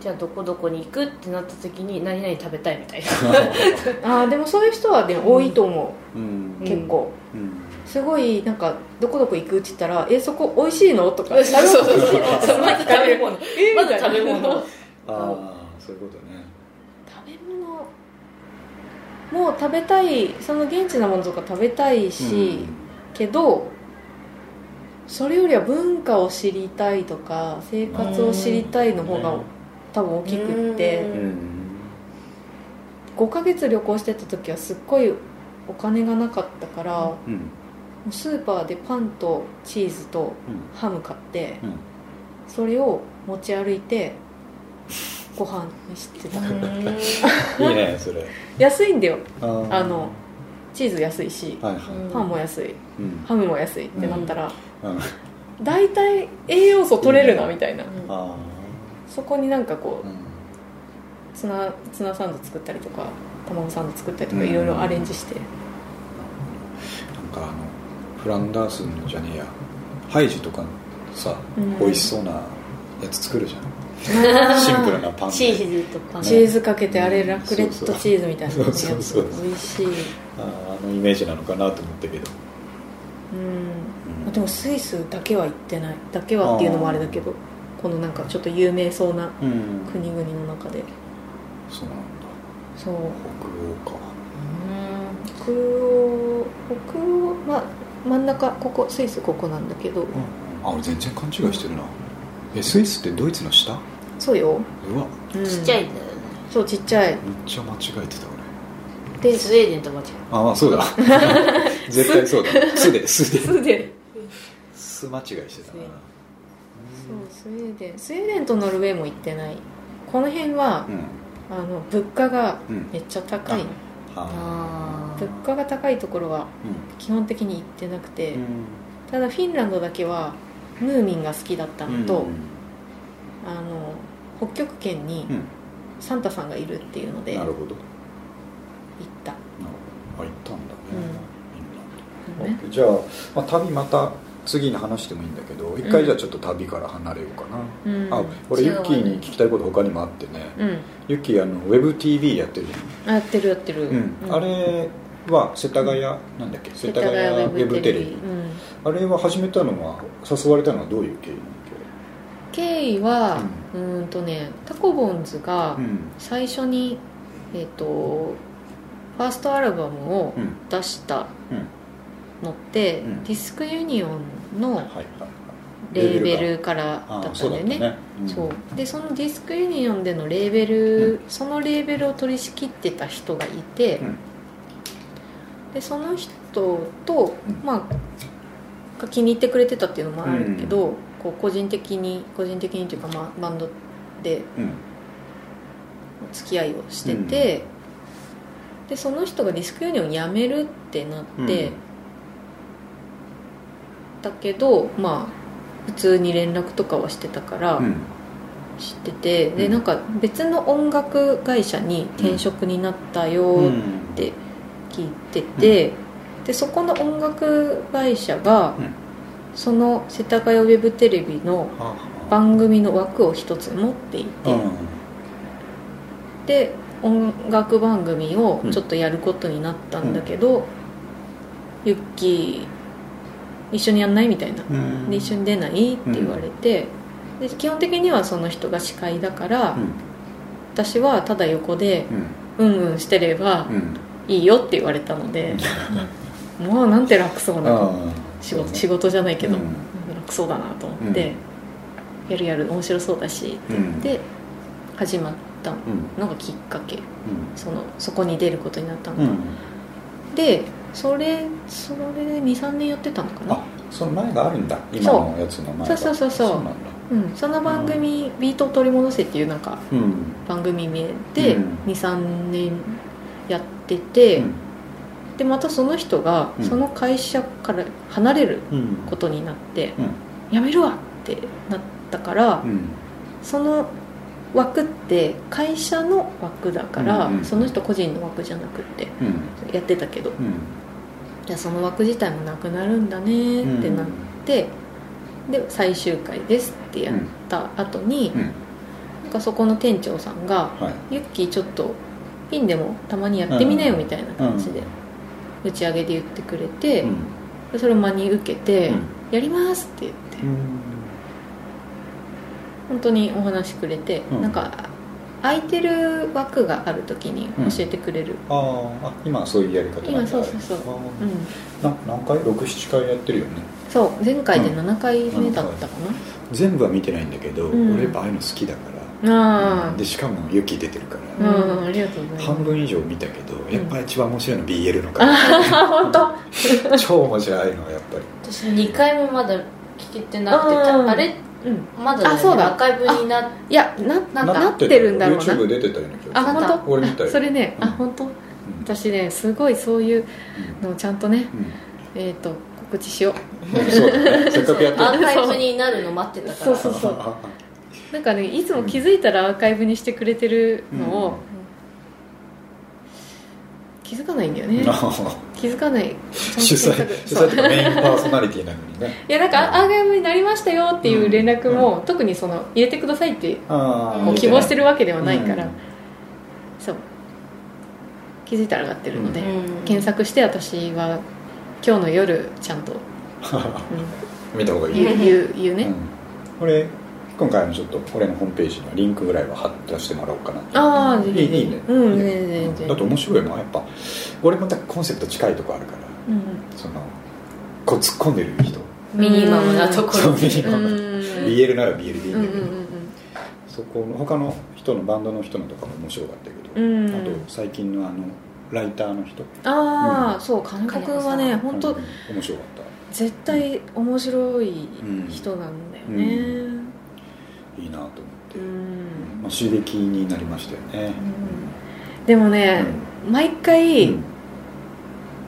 S3: じゃあどこどこに行くってなった時に何々食べたいみたい
S2: <laughs>
S3: な
S2: あーでもそういう人はね多いと思
S1: うん
S2: う、<laughs>
S3: ん
S2: 結構
S1: うん
S2: すごいなんかどこどこ行くって言ったら「えそこ美味しいの?」とか
S3: そうそうそうそう
S2: <laughs> そう
S3: まず食べ物
S2: え
S3: まず食べ
S2: みたい <laughs> な
S3: 物
S1: ああそういうことね
S2: 食べ物もう食べたいその現地のものとか食べたいし、けどそれよりは文化を知りたいとか生活を知りたいの方が多分大きくって
S1: うん
S2: 5ヶ月旅行してた時はすっごいお金がなかったからも
S1: うん
S2: うスーパーでパンとチーズとハム買って
S1: うん
S2: それを持ち歩
S1: <laughs>
S2: いてご飯にしてた
S1: うんいいねそれ
S2: 安いんだよ
S1: あー
S2: あのチーズ安いし
S1: はいは
S2: パンも安い
S1: いうん
S2: ハムも安いってなったら
S1: うん
S2: 大体栄養素取れるなみたいな
S1: あ
S2: そこになんかこ
S1: ー
S2: う
S1: うん
S2: ツナツナサンド作ったりとか卵サンド作ったりとか
S1: うん
S2: いろいろアレンジして
S1: なんかあのフランダースのじゃねえやハイジとかのさ、
S2: うん
S1: 美味しそうなやつ作るじゃ <laughs> んシンプルなパンで
S3: チーズとパン
S2: チーズかけてあれラクレットチーズみたいなのやつ
S1: そうそうそうそう
S2: 美味しい
S1: あーあのイメージなのかなと思ったけど、
S2: うん
S1: うん
S2: でもスイスだけは行ってないだけはっていうのもあれだけどこのなんかちょっと有名そうな
S1: うん
S2: 国々の中で
S1: そうなんだ
S2: そう
S1: 北欧か
S2: 北欧北欧まあ真ん中ここスイスここなんだけど
S1: あ俺全然勘違いしてるなえスイスってドイツの下
S2: そうよ、
S1: うわ
S2: うん
S3: ちっちゃいんだよね
S2: そうちっちゃい
S1: めっちゃ間違えてた俺
S2: で
S3: スウェーデンと間違
S1: ああ <laughs> そうだ絶対そうだすで「す」で
S2: そう
S1: 「す」
S2: で
S1: 間違いしてたな
S2: そうスウェーデンスウェーデンとノルウェーも行ってないこの辺は
S1: う、ん
S2: あの物価が
S1: うん、うん、
S2: めっちゃ高い
S3: あ
S2: 物価が高いところは
S1: う
S2: 基本的に行ってなくて、
S1: んうん
S2: ただフィンランドだけはムーミンが好きだったのと、
S1: うん
S2: あの北極圏に
S1: うん
S2: サンタさんがいるっていうので
S1: な
S2: 行っ
S1: るほど
S2: た、
S1: なるほどあ行ったんだね、み
S2: うん
S1: んなじゃあ、まあ、旅また次に話してもいいんだけど一回じゃあちょっと旅から離れようかな、
S2: うん
S1: あ俺
S3: 違
S1: ユ
S3: うわ
S1: ッキーに聞きたいこと他にもあってね
S2: うん
S1: ユッキーあの WebTV やってるじ
S2: あやってるやってる、
S1: ゃん、うん、あれは世田谷なんだっけ世
S2: 世
S1: 田
S2: 田
S1: 谷
S2: 谷
S1: ウェ
S2: ウェ
S1: ブ
S2: ブ
S1: テ
S2: テ
S1: レ
S2: レ
S1: ビ
S2: ビ、うん、
S1: あれは始めたのは誘われたのはどういう経緯なんだ
S2: 経緯は、うーんとねタコボンズが
S1: っけうん
S2: 最初に、えっとファーストアルバムを
S1: うん
S2: 出した
S1: うん
S2: のって、
S1: うん
S2: ディスクユニオンの
S1: はいはいはい
S2: レーベルから
S1: ああ
S2: だった
S1: そ
S2: ん
S1: う
S2: だ
S1: だっ
S2: よ
S1: た
S2: ね
S1: ねうん
S2: そうでそのディスクユニオンでのレーベル、そのレーベルを取り仕切ってた人がいて、
S1: うん
S2: でその人と、
S1: うん
S2: まあが気に入ってくれてたっていうのもあるけど、
S1: う
S2: こう個人的に個人的にというか、まあ、バンドで
S1: うん
S2: 付き合いをしてて、でその人がディスクユニオン辞めるってなっ
S1: う
S2: て、
S1: ん
S2: だけどまあ普通に連絡とかはしてたから
S1: うん
S2: 知ってて、で
S1: うん
S2: なんか別の音楽会社に転職になったよ
S1: う
S2: っ
S1: ん
S2: て聞いてて、でそこの音楽会社が、
S1: うん
S2: その世田谷ウェブテレビの
S1: ああ
S2: 番組の枠を一つ持っていて、
S1: うん
S2: で音楽番組をちょっとやることになったんだけど、ユッキー一緒にやんないみたいな、
S1: うん
S2: で一緒に出ないって言われて、で基本的にはその人が司会だから、
S1: うん
S2: 私はただ横で
S1: うん
S2: うんうんしてれば
S1: うん
S2: いいよって言われたので、もうなんて楽そうな
S1: ああ
S2: 仕事
S1: そうね
S2: 仕事じゃないけど、
S1: うん
S2: 楽そうだなと思って、やるやる面白そうだし
S1: うん
S2: で始まったのがきっかけ
S1: う
S2: そのそこに出ることになったの
S1: んう
S2: が、
S1: ん
S2: でそれそれで23年やってたのかな
S1: あその前があるんだ今のやつの前が
S2: そうそうそうそう
S1: そうなんだ
S2: うん、その番組「ビートを取り戻せ」っていうなんか
S1: うん
S2: 番組名で
S1: うん
S2: 23年やってて、でまたその人が
S1: うん
S2: その会社から離れる
S1: うん
S2: ことになって
S1: うん
S2: 「やめるわ!」ってなったから
S1: うん
S2: その枠って会社の枠だから
S1: うんうん
S2: その人個人の枠じゃなくって
S1: うん
S2: やってたけど
S1: うん
S2: じゃあその枠自体もなくなるんだねってなってで最終回ですってやった後に
S1: うんうん
S2: なんかそこの店長さんが
S1: はい
S2: ユッキーちょっとピンでもたまにやってみなよみたいな感じで打ち上げで言ってくれて、それを真に受けて、
S1: うん
S2: やりますって言って、
S1: うん
S2: 本当にお話くれて、
S1: うん
S2: なんか空いてる枠がある時に教えてくれる、
S1: あーあ今はそういうやり方なんだ
S2: 今そうそうそう
S1: あ
S2: うん
S1: ーな何回67回やってるよね
S2: そう前回で
S1: うん
S2: 7回目だったか
S1: 全部は見てないんだけど、
S2: うん
S1: 俺やっぱああいうの好きだか
S2: な、
S1: ら、
S2: あ
S1: でしかもユキ出てるから、
S2: あ、うんありがとうございま
S1: 半
S2: す
S1: 分以上見たけどやっぱり一番面白いの BL の回、
S2: あ本当
S1: 超面白いのはやっぱり
S3: 私2回目まだ聞けてなくてた
S2: うん
S3: あれ
S2: うん
S3: まだだよね
S2: あそうだ
S3: アーカイブになっ
S2: いやな
S3: な
S2: なん
S3: か
S2: なってるんだろうな
S1: YouTube 出てたよね今日
S2: あ
S3: な
S2: 本
S3: ん
S2: 当
S1: 俺見たよ
S2: それね、
S1: うん
S2: あ本当
S1: うん
S2: 私ねすごいそういうのをちゃんとね
S1: う
S2: えっ、と告知しようん
S1: うんそう
S2: <laughs>
S1: だねせっかくやって
S3: ア
S1: る
S3: ーカイブになるの待ってたから
S2: そうそうそう
S1: あ
S2: なんかねいつも気づいたらアーカイブにしてくれてるのを、
S1: うん
S2: 気づかないんだよ
S1: あ
S2: ね
S1: ああ
S2: 気づかない
S1: 主催主催とかメインパーソナリティなのにね
S2: <laughs> いやなんかアーカイブになりましたよっていう連絡も、特にその入れてくださいって
S1: ああ
S2: もう希望してるわけではないから、
S1: うん
S2: そう気づいたら上がってるので、
S3: うん
S2: 検索して私は今日の夜ちゃんと、
S1: 見た方が
S2: う
S1: い
S2: ん、
S1: い、 <laughs>
S2: 言う言う言うね、
S1: うんこれ今回のちょっと俺のホームページのリンクぐらいは貼っ出してもらおうかな
S2: ああ
S1: いい
S2: 全然
S1: いいね
S2: うん
S1: いいね
S2: 全然全然
S1: だって面白いもんやっぱ俺またコンセプト近いとこあるから
S2: うん
S1: そのこう突っ込んでる人
S3: ミニマムなとこ
S1: そ
S3: ろ
S1: うミニ
S2: う
S1: マ
S2: ん
S1: ム BL なら BL でいい
S2: うんうん
S1: だ
S2: ん
S1: けど、
S2: う
S1: そこの他の人のバンドの人のとかも面白かったけど、
S2: んうん
S1: あと最近のあのライターの人
S2: ああ、そう金子君はね
S3: 金
S2: 本当、
S1: うん面白かっ
S2: 絶対面白い人なんだよね
S1: たいいなと思って、
S2: うん、
S1: まあ、刺激になりましたよね、
S2: でもね、毎
S1: う
S2: 回、
S1: ん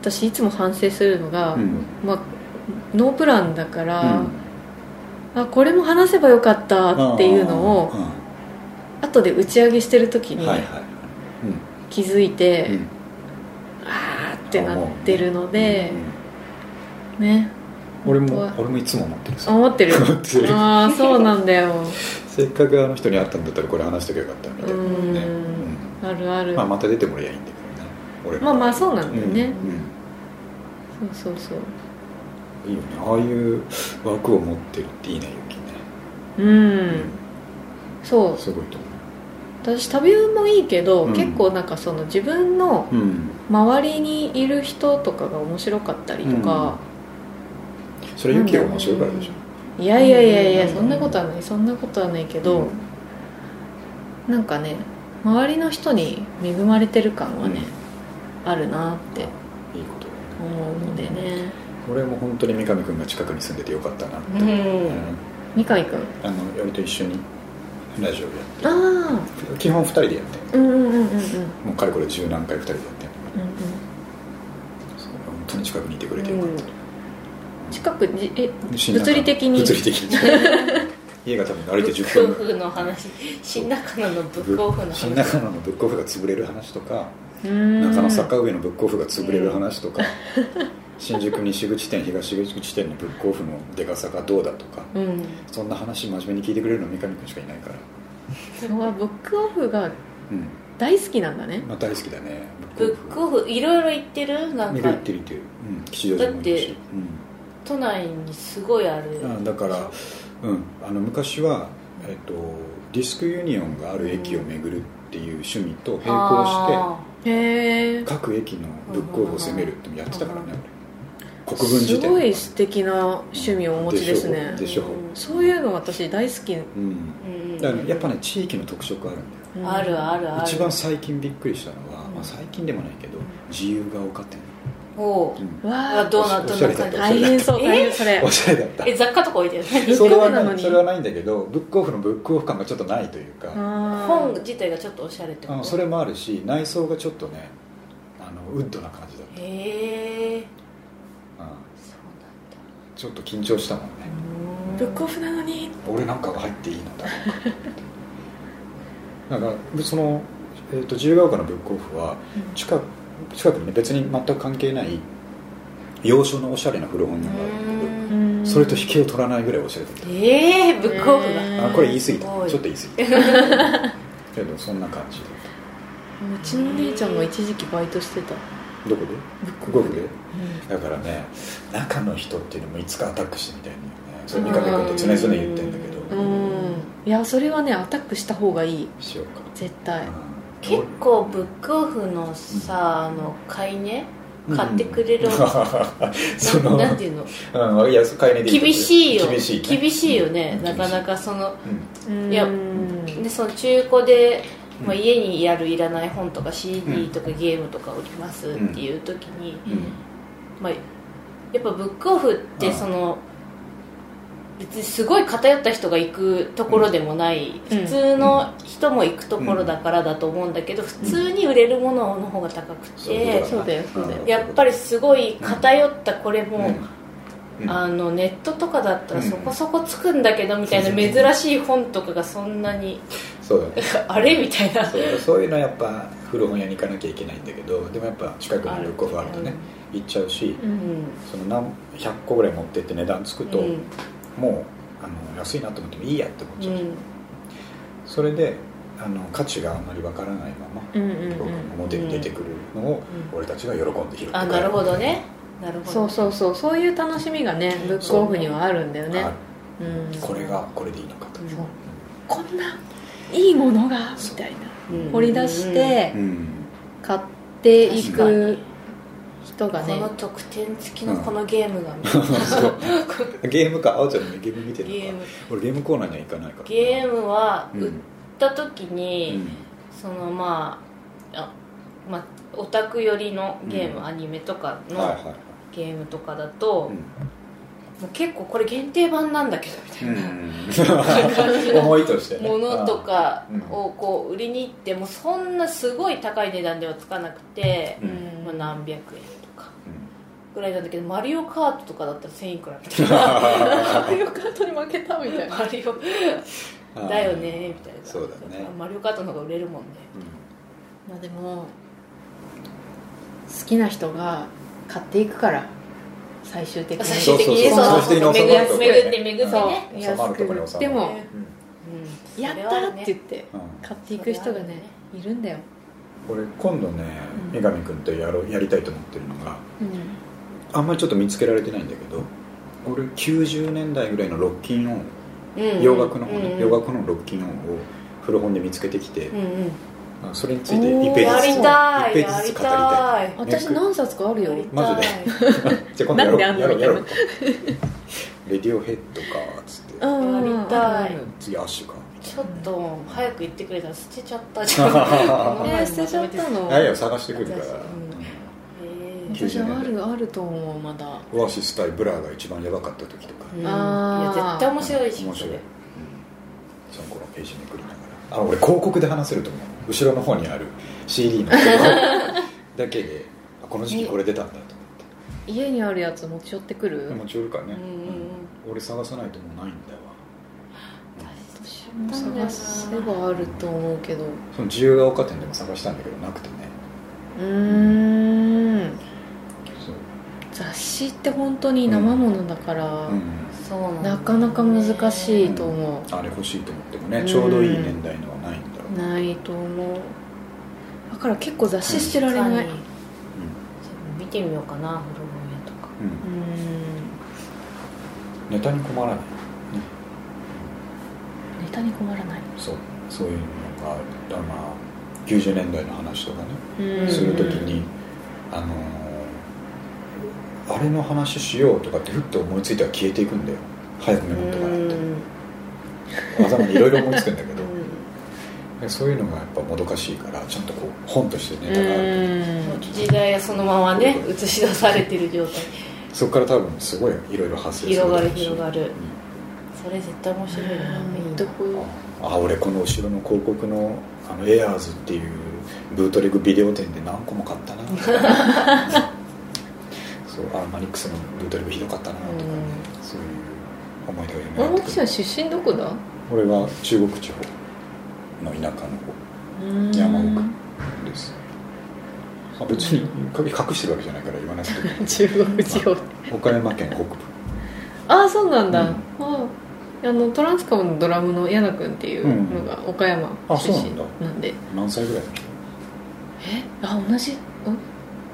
S2: 私いつも反省するのが、
S1: うん
S2: まあノープランだか
S1: う
S2: ら、
S1: ん
S2: あこれも話せばよかったっていうのを
S1: あ
S2: 後で打ち上げしてる時
S1: ーう
S2: に
S1: んはいはいはい
S2: 気づいて、
S1: うん
S2: あーってなってるので
S1: うん、
S2: ね
S1: 俺
S2: 本当
S1: も
S2: は
S1: 俺もいつも思ってるさ
S2: 思ってる
S1: <laughs> 思ってる
S2: ああそうなんだよ
S1: せっかくあの人に会ったんだったらこれ話しときゃよかったみ
S2: う
S1: たいな
S2: ーん
S1: ね、うん
S2: あるある
S1: まあ、
S2: ま
S1: また出てもらえばいいんだけどね俺の
S2: あまあそうな
S1: う
S2: んだよ
S1: ん
S2: ね、
S1: う
S2: そうそうそうん
S1: いいよねああいう枠を持ってるっていいねゆきね
S2: うん、そう
S1: すごいと思
S2: 私旅もいいけど、
S1: うん
S2: 結構なんかその自分の
S1: ううん
S2: 周りにいる人とかが面白かったりとか、
S1: それユキが面白いからでしょ
S2: いやいやいやいや、
S1: うん
S2: そんなことはないそんなことはないけど、なんかね周りの人に恵まれてる感はね、あるなって
S1: いいことだよね
S2: 思うのでね
S1: 俺も本当に三上君が近くに住んでてよかったなって、
S3: うん
S1: うん
S2: 三上君
S1: あの俺と一緒にラジオやっ
S2: あ
S1: て基本2人でやって
S2: あうんうんうんうんうんうん
S1: もうかれこれ十何回2人でやってんのそう本当に近くにいてくれてよかった、
S2: 近くじえ
S1: 死んだな
S2: 物理的に
S1: 物理的に家が多分歩いて
S3: ブ
S1: 10
S3: ックオ
S1: 分
S3: フの話新中野のブックオフの話
S1: 新中野のブックオフが潰れる話とか、
S2: うーん
S1: 中野坂上のブックオフが潰れる話とか、新宿西口店東口店のブックオフの出かさがどうだとか
S3: うん
S1: そんな話真面目に聞いてくれるのは三上君しかいないから、
S2: そこはブックオフが
S1: うん
S2: 大好きなんだね
S1: まあ、大好きだね
S3: ブックオフいろいろ行ってるなん
S1: 見
S3: か
S1: るってるってる、うん、吉祥寺もいる
S3: だ
S1: し
S3: って、都内にすごいある
S1: うん、あだから、うん、あの昔は、えっと、ディスクユニオンがある駅を巡るっていう趣味と並行して
S3: あ
S2: へえ
S1: 各駅のブックオフを攻めるってやってたからね
S3: う
S1: 俺国分
S2: す
S1: 辞典
S2: ごい素敵な趣味をお持ちですね
S1: でしょ
S3: うん
S2: そういうの私大好き
S1: うん
S3: うん
S1: だからねやっぱね地域の特色あるんだよ
S3: あるあるある
S1: 一番最近びっくりしたのは、
S2: うん
S1: まあ、最近でもないけど自由が丘店、
S3: おう
S1: うん、
S2: わ
S3: あ
S2: あ
S3: どうなっ
S1: お
S3: た
S1: しゃれ
S3: の
S1: だ
S3: か
S1: った
S2: 大変そう
S3: え
S2: 大変それ
S1: おしゃれだった
S3: え雑貨とか置いてる
S1: それは
S2: なの
S1: ない
S2: に
S1: それはないんだけどブックオフのブックオフ感がちょっとないというか、
S2: 本
S3: 本自体がちょっとおしゃれって
S1: あ
S3: こ
S1: の
S3: と
S1: それもあるし内装がちょっとねあのウッドな感じだっ
S3: へえ
S1: た、うん
S3: そう
S1: ちょっと緊張したもんね
S3: なんだ
S2: ブックオフなのに
S1: 俺なんかが入っていいのだろうか <laughs> なんかその、えー、と自由が丘のブックオフは近く近くにね別に全く関係ない洋書のおしゃれな古本屋があるんだけどそれと引けを取らないぐらいおしゃれだっ
S3: ええブックオフが
S1: たあこれ言い過ぎた
S3: すごい
S1: ちょっと言い過ぎた <laughs> けどそんな感じだっ
S2: うちのお姉ちゃんも一時期バイトしてた
S1: たどこで
S2: ブッ
S1: ゴ
S2: クオ
S1: ル
S2: フ
S1: フで
S2: で
S1: だからね中の人っていうのもいつかアタックしてみたいんだよねそれ三上君と常々言ってんだけ
S2: う
S1: ど
S2: んうんいやそれはねアタックした方がいい
S1: しようか
S2: 絶対
S3: 結構ブックオフのさあの買い値買ってくれるお店
S1: そ <laughs> の
S3: なんていうの
S1: うん、いや買い値でいいと思う
S3: 厳しいよ
S1: 厳しい、ね、
S3: しいよね
S1: うん
S3: なかなかその
S2: うん
S3: いや
S2: うん
S3: ねその中古で、まあ、
S1: うん
S3: 家にあるいらない本とか
S1: う
S3: CD
S1: ん
S3: とかゲームとか売りますっていう時に、
S1: うん、
S3: まあ、やっぱブックオフって
S1: うん
S3: その別にすごい偏った人が行くところでもない、
S2: うん
S3: 普通の人も行くところだからだと思うんだけど、普通に売れるものの方が高く
S1: そういう
S3: て
S1: こ、と
S2: そうだよそうだよ
S1: ん
S3: やっぱりすごい偏ったこれも、
S1: うん
S3: あのネットとかだったら
S1: うん
S3: そこそこつくんだけどみたいな珍しい本とかがそんなに <laughs>
S1: そうだね
S3: あれみたいな
S1: そうそういうのはやっぱ古本屋に行かなきゃいけないんだけどでもやっぱ近くのブックオフあるとね行っちゃうし
S2: う
S3: うんん
S1: その何100個ぐらい持ってって値段つくと、
S3: うん
S1: もうあの安いなと思ってもいいやって思っ
S3: う
S1: ちゃう、
S3: ん
S1: それであの価値があんまりわからないまま、
S2: うんうん
S1: 僕
S2: うん
S1: の表に出てくるのを俺たちが喜んで拾って
S3: あなるほどねなるほど
S2: そうそうそうそういう楽しみがねブックオフにはあるんだよね
S1: あ
S2: うん
S1: これがこれでいいのかと、
S3: うん
S2: そうこんないいものがみたいな
S3: うん
S2: 掘り出して
S1: うん <laughs>
S2: 買っていく人が
S3: こ
S2: ね
S3: の特典付きのこのゲームがみたいな
S1: そうゲームかあおちゃんもゲーム見てる
S3: ゲー
S1: の
S3: ム
S1: か俺ゲームコーナーには行かないから
S3: ゲームは
S1: うん
S3: 売った時に、
S1: うん
S3: そのまああまあオタク寄りのゲーム、
S1: うん
S3: アニメとか
S1: はいは
S3: の
S1: いはい
S3: ゲームとかだと、
S1: うん
S3: もう結構これ限定版なんだけどみたいな、 <laughs>
S1: うん思いとしてね
S3: ものとかをこう売りに行ってもそんなすごい高い値段ではつかなくて
S1: う、ん
S3: まあ、何百円とか
S1: う
S3: ぐらいなんだけどマリオカートとかだったら1000いくらみた
S1: <laughs>
S3: いな
S2: マ
S1: ん
S2: リオカートに負けたみたいな
S3: マリオだよねみたいな
S1: そうだね
S3: マリオカートの方が売れるもんね
S2: まあでも好きな人が買っていくから最終的
S3: 最
S1: そ
S3: 終
S1: う
S2: に
S3: 的
S1: そうそう
S3: にそう
S1: 最終的に収
S3: 巡
S1: まるとこね
S3: 巡って巡ってね、
S1: うん収まるとこに収まる
S2: でも
S1: うん
S3: うん
S2: やったって言って
S1: うん
S2: 買っていく人がねいるんだよ
S1: 俺今度ね
S2: う
S1: 三
S2: ん
S1: 上君とやろうやりたいと思ってるのが
S2: うん
S1: あんまりちょっと見つけられてないんだけど俺90年代ぐらいのロッキンオン
S3: それはね
S1: 洋楽の方
S3: うん
S1: ね
S3: うん
S1: 洋楽のロッキンオンを古本で見つけてきて
S3: うんうん
S1: あそれについて一ペ
S3: や
S1: ージ
S3: り
S1: ずつ
S3: た
S1: 一
S3: い
S1: ペー
S3: や
S1: ジずつ
S3: り
S1: 語りたい
S3: たい
S2: 私何冊かあるよ
S1: マジで
S3: で
S1: じゃあ今度やろう
S2: なんで
S1: や
S2: あん
S1: ろ
S2: の
S1: うやろうレディオヘッドかっつって
S2: うん
S3: やりたい
S1: 次アッシュか
S3: ちょっと早く言ってくれたら捨てちゃったじゃんこの
S2: え
S3: 前
S2: ー捨てちゃったの
S1: いやいや探してくるから
S3: 私え
S2: 私
S1: 90
S2: あ
S1: 年
S2: るあると思うまだ
S1: うんオアシス対ブラーが一番ヤバかった時とか
S3: ーうん
S2: あー
S3: いや絶対面白いし
S1: 面白いうんそ
S3: それ
S1: の頃ページめくりながらあ俺広告で話せると思う後ろの方にある CD のだけであこの時期これ出たんだと思っ
S2: 家にあるやつ持ち寄ってくる
S1: てでもちょうどかね
S3: うんうん
S1: 俺探さないともうないんだわ
S2: 私も探せばあると思うけどう
S1: その自由が丘店でも探したんだけどなくてね
S2: ーん
S1: そう
S2: 雑誌って本当に生ものだから、
S1: うん
S3: そうなんだ
S2: なかなか難しいと思
S1: あれ欲しいと思ってもね、
S2: うん
S1: ちょうどいい年代のはないんだろ
S2: う、ないと思うだから結構雑誌知られない、う
S3: 確かに見てみようかな古本屋とか
S1: う、うん
S2: ーん
S1: ネタに困らない
S2: ネタに困らない
S1: そうそういうのがだからまあ90年代の話とかね、
S2: うん
S1: するときにあのーあれの話しようとかってふっと思いついたら消えていくんだよ早くメモっとかない
S3: うん
S1: と頭にいろいろ思いつくんだけど
S3: <laughs> う
S1: でそういうのがやっぱもどかしいからちゃんとこう本としてネタがある
S2: うん
S3: ん時代がそのままね映し出されてる状態
S1: とそこから多分すごいいろいろ発生する
S3: 広がる広がる
S1: うん
S3: それ絶対面白いな
S2: うんどこ
S1: あ俺この後ろの広告のあのエアーズっていうブートレグビデオ店で何個も買ったなそうアーマニックスのブートレグひどかったなとかね、
S3: う
S1: そういう思い出が
S2: 大
S1: よみがえって
S2: 本
S1: く
S2: さ
S1: る
S2: ん出身どこだ
S1: 俺は中国地方の田舎の山方ですあ別に隠してるわけじゃないから言わなくても
S2: <laughs> 中国地方
S1: <laughs> 岡山県北部
S2: ああそうなんだ、
S1: うん
S2: あーあのトランスカムのドラムの矢野君っていうのが岡山
S1: あそ
S2: 出
S1: うなん
S2: 身
S1: だ
S2: なんで、
S1: 何歳ぐらいだっけ
S2: えあ同じん同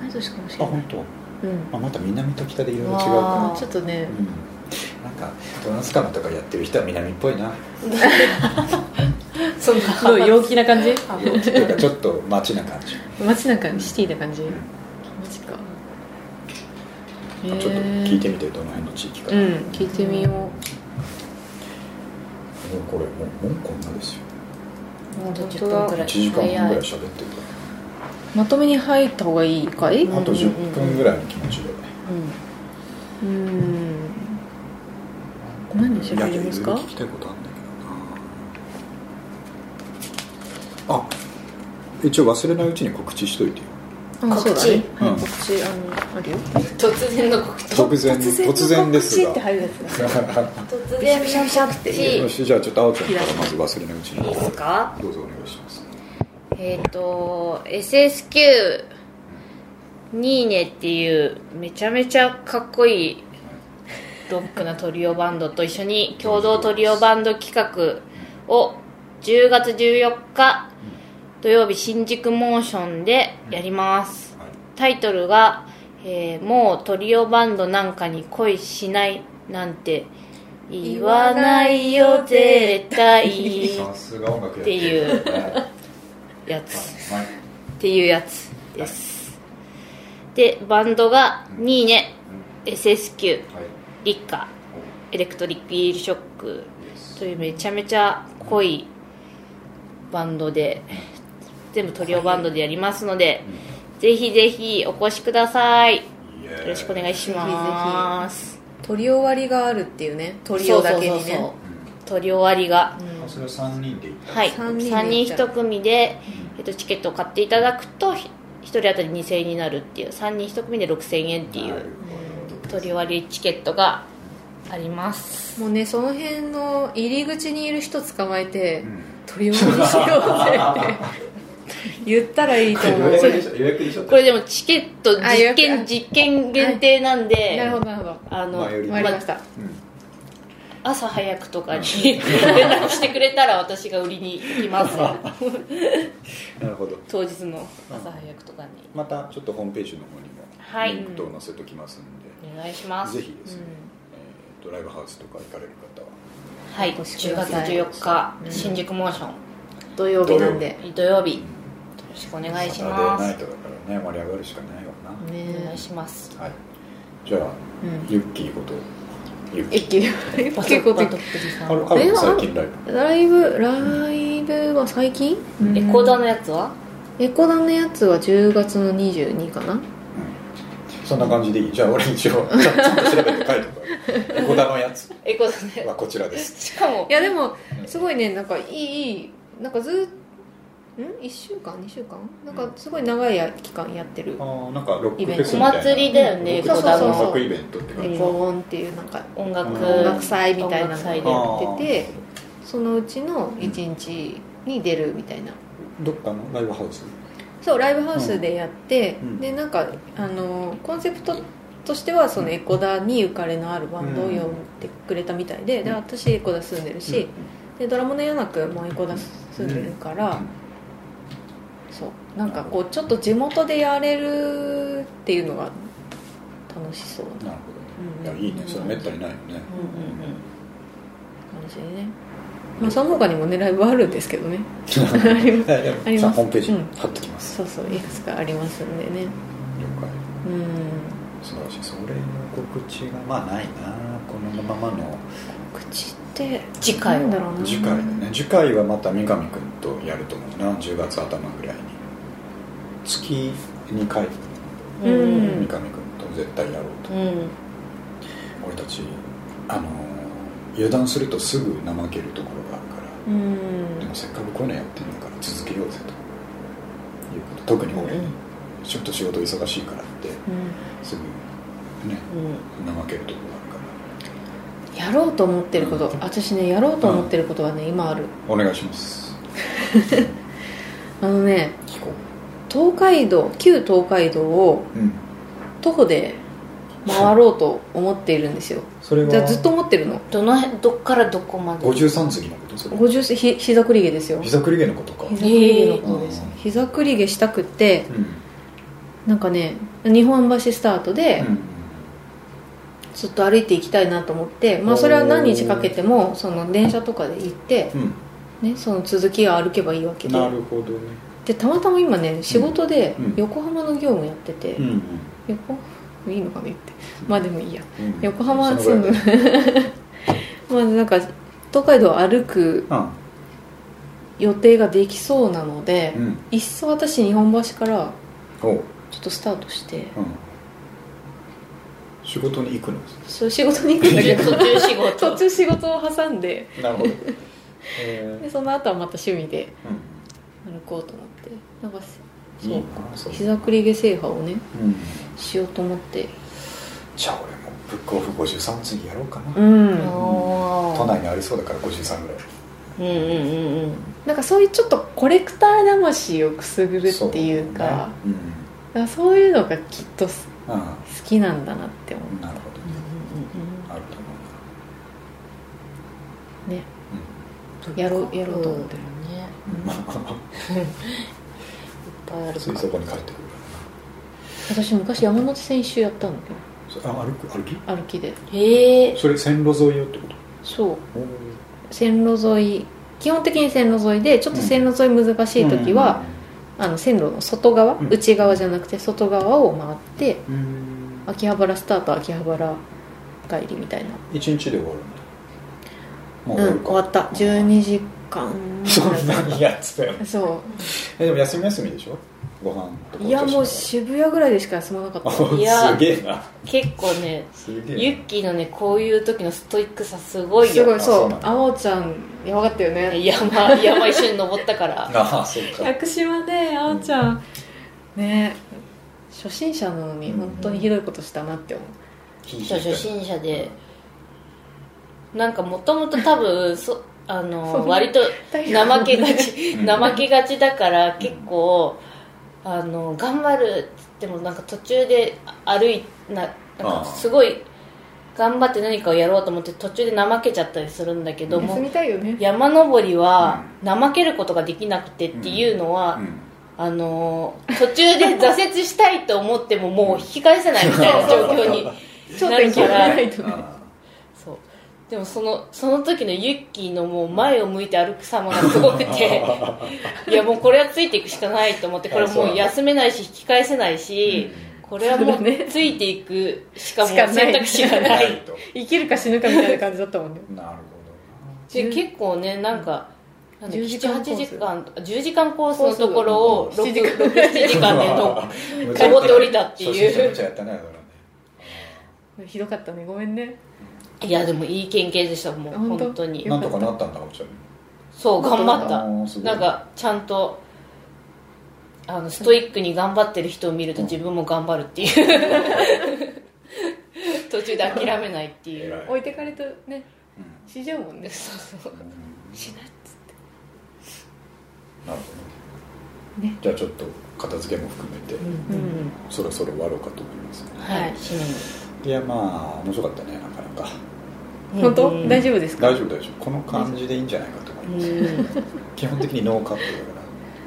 S2: じ年かもし
S1: あ
S2: れない
S1: 本当。
S2: うん
S1: あまた南と北でいろいろ違う
S3: あ
S1: か
S2: あちょっとね
S1: ら、うん、なんかトランスカムとかやってる人は南っぽいな
S3: そんな
S2: どう <laughs> 陽気な感じ
S3: あ
S1: なんかちょっと街な感じ、
S2: 街なんかシティな感じマジか
S1: ちょっと聞いてみてどの辺の地域か、
S2: う
S1: も
S2: ん
S1: う
S2: 聞いてみよ
S1: これもうもうこんなですよ
S3: もう10分くら
S1: 1
S3: い
S1: 時間半ぐ
S3: 早
S1: らい
S3: い
S1: 喋ってるか
S2: うまとめに入った方がいいかい
S3: うん
S1: らあと10分ぐらいの気持ちで、
S2: うん何で喋ります
S1: い
S2: か
S1: やいろいろ聞きたいことあるんだけどなあ一応忘れないうちに告知しといてよ
S2: あそうだね
S1: 告知
S2: はい
S1: うん
S2: 告知あのあるよ
S3: 突然の告知
S1: 突然突然ですが
S2: 告知って入るやつだ
S3: 突
S2: シャ
S3: 然
S2: シャシャって
S3: 告
S1: よ
S3: 知
S1: しじゃあちょっとあおちゃんからまず忘れないうち
S3: いいです
S1: に
S3: か
S1: どうぞお願いします
S3: えっ、と SSQ ニーネっていうめちゃめちゃかっこいいロックなトリオバンドと一緒に共同トリオバンド企画を10月14日土曜日新宿モーションでやります
S1: はい
S3: タイトルが、えーもうトリオバンドなんかに恋しない」なんて言わないよ絶対
S1: さすが音楽やっ
S3: って
S1: て
S3: い
S1: る
S3: う
S1: はいは
S3: やつ
S1: い
S3: っていうやつです、でバンドが「ニーネ」SSQ
S1: はい
S3: 「リッカ」
S1: お
S3: 「エレクトリック・イール・ショック
S1: いいです」
S3: というめちゃめちゃ濃いバンドで全部トリオバンドでやりますので、ぜひぜひお越しくださいよ
S1: イエーイ
S3: ろしくお願いします
S2: 取り終わりがあるっていうね取りをだけに
S3: そうそうそう
S2: ね
S3: そう取り終わりが
S1: あそれは3人で行った
S3: はい、
S2: 三
S3: 3
S2: 人で
S3: 人
S2: 行った
S3: 1組で、えっと、チケットを買っていただくと1人当たり2000円になるっていう3人1組で6000円ってい
S1: なる
S3: う
S1: ほど
S3: 取り割りチケットがあります
S2: もうねその辺の入り口にいる人捕まえて
S1: うん
S2: 取り終わりしようぜって言ったらいいと思う
S1: 予約でしょ予約でしょ
S3: これでもチケット
S2: あ予
S3: 実
S2: 約
S3: 験実験限定なんで、
S2: なるほどなるほど
S3: あの
S1: 前より
S2: 終わりました
S3: 朝早くとかに連絡してくれたら私が売りに行きます
S1: <laughs> なるほど
S3: 当日の朝早くとかに
S1: またちょっとホームページの方にも
S3: はい
S1: リンクと載せときますんで、
S3: お願いします
S1: ぜひですね、えードライブハウスとか行かれる方は
S3: はい
S2: お越し
S3: 10
S2: くだ
S3: 月
S2: さい
S3: 14日、新宿モーショ
S2: 土曜日なんで
S3: ン土曜日よろしくお願いし
S1: サタ
S3: ま
S1: デーナイ
S3: す
S1: トだからね盛り上がるしかないわな、
S3: お願
S2: ね
S3: いします
S1: はいじゃあ、
S2: うん
S1: ユッキーことユッキ
S2: 一
S1: ー
S2: 気に結構
S3: バ
S2: で
S3: トプリさ
S1: ある
S3: ん
S1: あ
S2: え
S1: る
S2: あ
S1: 最近ライブ
S2: ライブライブは最近
S3: レコーダー
S2: ー
S3: のやつは
S2: レコーダーのやつは10月の22かな
S1: そんな感じでいいじゃあ俺一応ちゃんちゃんと調べて書いておく小田のやつ
S3: レコーダーのや
S1: はこちらです
S3: つしかも
S2: いやでもすごいねなんかいいいいなんかずーん1週間2週間なんかすごい長い期間やってる
S1: あーなんかロックフェス
S3: お
S1: みたいな
S3: 祭りだよね
S1: ロック
S2: そうそうそう
S1: 音楽イベントって感じ
S2: レコーンっていうなんか
S3: 音楽
S2: 音楽祭みたいな
S3: 音楽
S2: の
S3: 祭で
S2: をやっててそのうちの1日に出るみたいな
S1: どっかのライブハウス
S2: そうライブハウスでやって、
S1: うん
S2: でなんかあのコンセプトとしてはそのエコダにゆかりのあるバンドを呼んでくれたみたいで,、で
S1: うん
S2: 私エコダ住んでるし、でドラムの矢名君もエコダ住んでるから、そうなんかこうちょっと地元でやれるっていうのが楽しそう
S1: なる
S2: な
S1: ほ
S2: うん
S1: どねいやいいねそれめったにないよね
S3: うんうんうん
S2: 感じでね、まあ、その他にもねライブあるんですけどねあります
S1: はいで
S2: あり
S1: も
S2: ます
S1: じゃあホームページ
S2: うん
S1: 貼っときます
S2: そうそういくつかありますんでね
S1: 了解
S2: うん
S1: 素晴らしいそれの告知がまあないなこのままの
S2: 口って
S3: 次回
S2: な
S3: は
S2: んだろうな
S1: 次回だね次回はまた三上君とやると思うな10月頭ぐらいに月2回
S2: うん
S1: 三上君と絶対やろうと、
S3: うん
S1: 俺たちあの油断するとすぐ怠けるところがあるから
S2: うん
S1: でもせっかくこういうのやってんだから続けようぜということ特に俺、
S3: うん
S1: ちょっと仕事忙しいからって
S2: うん
S1: すぐね
S3: う
S1: 怠けるところがあるから
S2: やろうと思ってること私ねやろうと思ってることはね今ある
S1: お願いします
S2: あのね
S1: 聞こ
S2: 東海道旧東海道を
S1: ううん
S2: 徒歩で回ろうと思っているんで
S1: <laughs>
S2: すよ
S1: それ
S2: じゃ
S1: は
S2: あずっと思ってるの
S3: んどの辺どっからどこまで
S1: 53次のことそれ
S2: 50せひ膝くり毛ですよ
S1: 膝栗毛のことか
S2: 膝くり毛の
S3: え
S1: ー
S2: ことです膝くり毛したくって
S1: うん
S2: なんかね日本橋スタートで
S1: うん
S2: ずっと歩いていきたいなと思って、まあそれは何日かけてもその電車とかで行って、
S1: うん
S2: ね、その続きが歩けばいいわけで
S1: なるほどね
S2: でたまたま今ね仕事で
S1: うん
S2: 横浜の業務やってて、
S1: うん
S2: 横いいのかねってまあでもいいや
S1: うんうん
S2: 横浜
S1: そ
S2: 住
S1: のぐ
S2: む <laughs>
S1: らいだね
S2: まあなんか東海道を歩く
S1: うん
S2: 予定ができそうなので、
S1: うん
S2: いっそ私日本橋から
S1: おう
S2: ちょっとスタートして
S1: うん仕事に行くの
S2: そう仕事に行くんだけど
S3: 途中仕事
S2: 途中仕事を挟んで
S1: なる <laughs> ほどえ
S2: でその後はまた趣味で
S1: ーうん
S2: 歩こうと思ってなんか
S1: い
S2: そ
S1: いうなそう
S2: 膝くり毛制覇をね
S1: うん
S2: しようと思って
S1: じゃあ俺もブックオフ53次やろうかな
S2: うん
S3: おー
S1: 都内にありそうだから53ぐらい
S3: うんうんうんうん
S2: なんかそういうちょっとコレクター魂をくすぐるっていうか
S1: そね
S2: だからそういうのがきっと好
S1: うんあ
S2: 好きなんだなって思う、
S1: あなるほどねあると思
S2: うんねやろ
S3: うん
S2: うやろうと思ってる
S3: ね
S1: うなま
S3: いっぱいあ
S1: あ
S3: る
S1: そ
S3: か
S1: ういうそ
S3: ら
S1: こに帰ってくる
S2: 私昔山手線一周やったんだけ
S1: そあ歩く歩き
S2: ど歩きで
S3: へえ
S1: それ線路沿いよってこと
S2: そう
S1: おー
S2: 線路沿い基本的に線路沿いでちょっと線路沿い難しい時は、あの線路の外側、
S1: うん
S2: 内側じゃなくて外側を回って
S1: うんうんうん
S2: 秋葉原スタート秋葉原帰りみたいな
S1: 一日で終わるんだもう
S2: うん終わ
S1: か
S2: った12時間
S1: そんなにやつだよね
S2: そ
S1: えでも休み休みでしょご飯とか
S2: ういやもう
S1: し
S2: 渋谷ぐらいでしか休まなかった
S1: す
S3: いや
S1: げえな
S3: 結構ね
S1: すげえな
S3: ユッキーのねこういう時のストイックさすごいよ
S2: すごい
S1: あ
S2: そ
S1: そう
S2: う
S1: なんだ
S2: あおちゃんやばかったよね
S3: 山山一緒に登ったから
S1: ああそうか
S2: 屋久島であおちゃんね初心者なのに本当にひどいことしたなって思う
S3: そう初心者でなんかもともと
S1: <laughs>
S3: 多分そあ
S2: そう
S3: の割と怠けがち
S1: うん
S3: 怠けがちだから結構あの頑張るっつってもなんか途中で歩いななん
S1: あー
S3: かすごい頑張って何かをやろうと思って途中で怠けちゃったりするんだけど
S2: 休
S3: も
S2: みたいよね
S3: 山登りは怠けることができなくてっていうのは、
S1: うん
S3: あのー途中で挫折したいと思ってももう引き返せないみたいな状
S1: <laughs>
S3: 況に
S2: 頂点決めないとね
S1: あ
S3: そうでもそのその時のユッキーのもう前を向いて歩く様がすご
S2: <laughs>
S3: くていやもうこれはついていくしかないと思ってこれもう休めないし引き返せないし、これはもう
S2: そうだね
S3: ついていくしかもう
S2: しかない
S3: 選択肢が
S1: あ
S3: な
S1: ないいと
S2: 生きるか死ぬかみたいな感じだったもんね
S1: なる
S3: で結構ねなんかなんだ
S2: 10時間コース
S3: 7-8時間10時間コースのところを
S2: コース
S3: 67
S2: 7時間
S3: 時
S1: ほど
S3: 間で
S2: <laughs>
S3: の
S1: な
S3: 登って降りたっていう
S1: 初心者めっちゃやったねだからね
S2: <laughs> ひどかったねごめんね
S3: いやでもいい研究でしたもう
S2: 本
S3: 本
S2: 当
S3: 当に
S1: なんとかなったんだおちゃん
S3: そう頑張
S1: あ
S3: っ
S1: ーす
S3: た
S1: ごい
S3: なんかちゃんとあのストイックに頑張ってる人を見ると自分も頑張るっていう <laughs> 途中で諦めないってい
S1: 偉
S3: う
S1: い
S2: 置いてかれてね
S1: うん
S2: 死んじゃうもんね
S3: <laughs> そうそう
S2: しないっつって
S1: なるほど
S2: ね
S1: じゃあちょっと片付けも含めて
S3: うん
S2: うん
S1: そろそろ終わろうかと思います
S3: はい締め
S1: い
S3: に
S1: やまあ面白かったねなかなか
S2: 本当、
S3: うん
S2: 大丈夫ですか
S1: 大丈夫大丈夫この感じでいいんじゃないかと思いうます
S3: ん
S1: 基本的にノーカットだから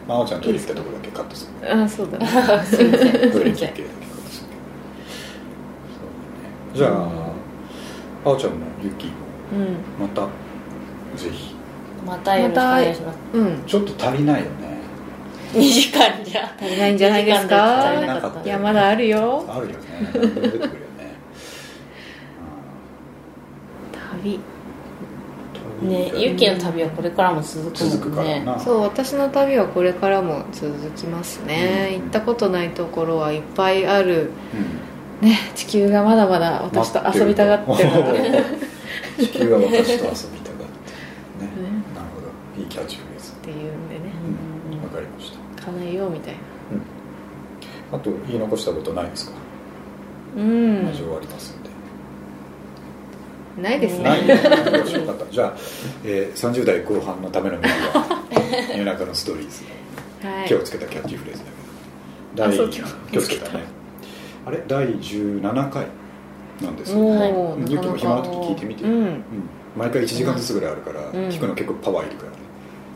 S1: まあおちゃんトイレ行ったところだけカットする
S2: ああそうだね
S3: すいません
S1: トイレ休憩だけ隠すそうだねじゃあ、あおちゃんもユキも
S2: う
S1: ま
S2: ん
S1: たぜひ
S3: またよろしくお願いします
S2: うん
S1: ちょっと足りないよね
S3: 2時間じゃ
S2: 足りないんじゃないです
S3: 2時間で足り
S2: か
S3: なかった
S2: いやまだあるよ
S1: あるよね出てくるよね
S2: 旅
S1: うん
S3: ねユキの旅はこれからも続くもんね
S1: 続くからな
S2: そう私の旅はこれからも続きますね、
S1: うん
S2: 行ったことないところはいっぱいある
S1: うん
S2: ね地球がまだまだ私と遊びたがってる
S1: <laughs>
S2: ので、ね、
S1: 地球が私と遊びたがってるねなるほどいいキャッチフレーズ
S2: っていうんでね
S3: うん
S1: わかりました
S2: 叶えようみたいな
S1: あと言い残したことないですか
S2: うん
S1: 以上ありますんで
S2: ないですね
S1: ないよしよかったじゃあ、えー、30代後半のための皆さん夜中のストーリーズ
S2: はい
S1: 今日つけたキャッチフレーズだけど
S2: あそう
S1: 第
S2: 今日
S1: 今日つけたねあれ第17回なんです
S2: お
S1: よ、
S2: ー
S1: はい
S2: なかな、か
S1: ゆきも暇な時聞いてみて、
S2: う
S1: うん
S2: ん
S1: 毎回1時間ずつぐらいあるから、
S2: ん
S1: 聞くの結構パワーいるからね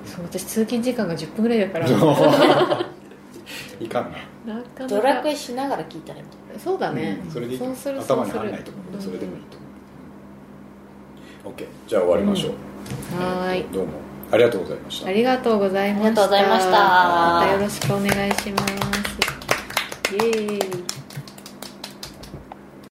S2: そう私通勤時間が10分ぐらいだからなか
S1: そう <laughs> いかんな、
S2: なか
S3: ドラクエしながら聞いたらいいんじ
S2: そうだね、
S1: うんそれでいい
S2: そうする
S1: 頭に
S2: そ
S1: 入
S2: うする
S1: らないと思うのでそれでもいいと思う、OK じゃあ終わりましょう、
S2: はーい
S1: どうもありがとうございました
S2: ありがとうございました
S3: ありがとうございました
S2: またよろしくお願いしますイエーイ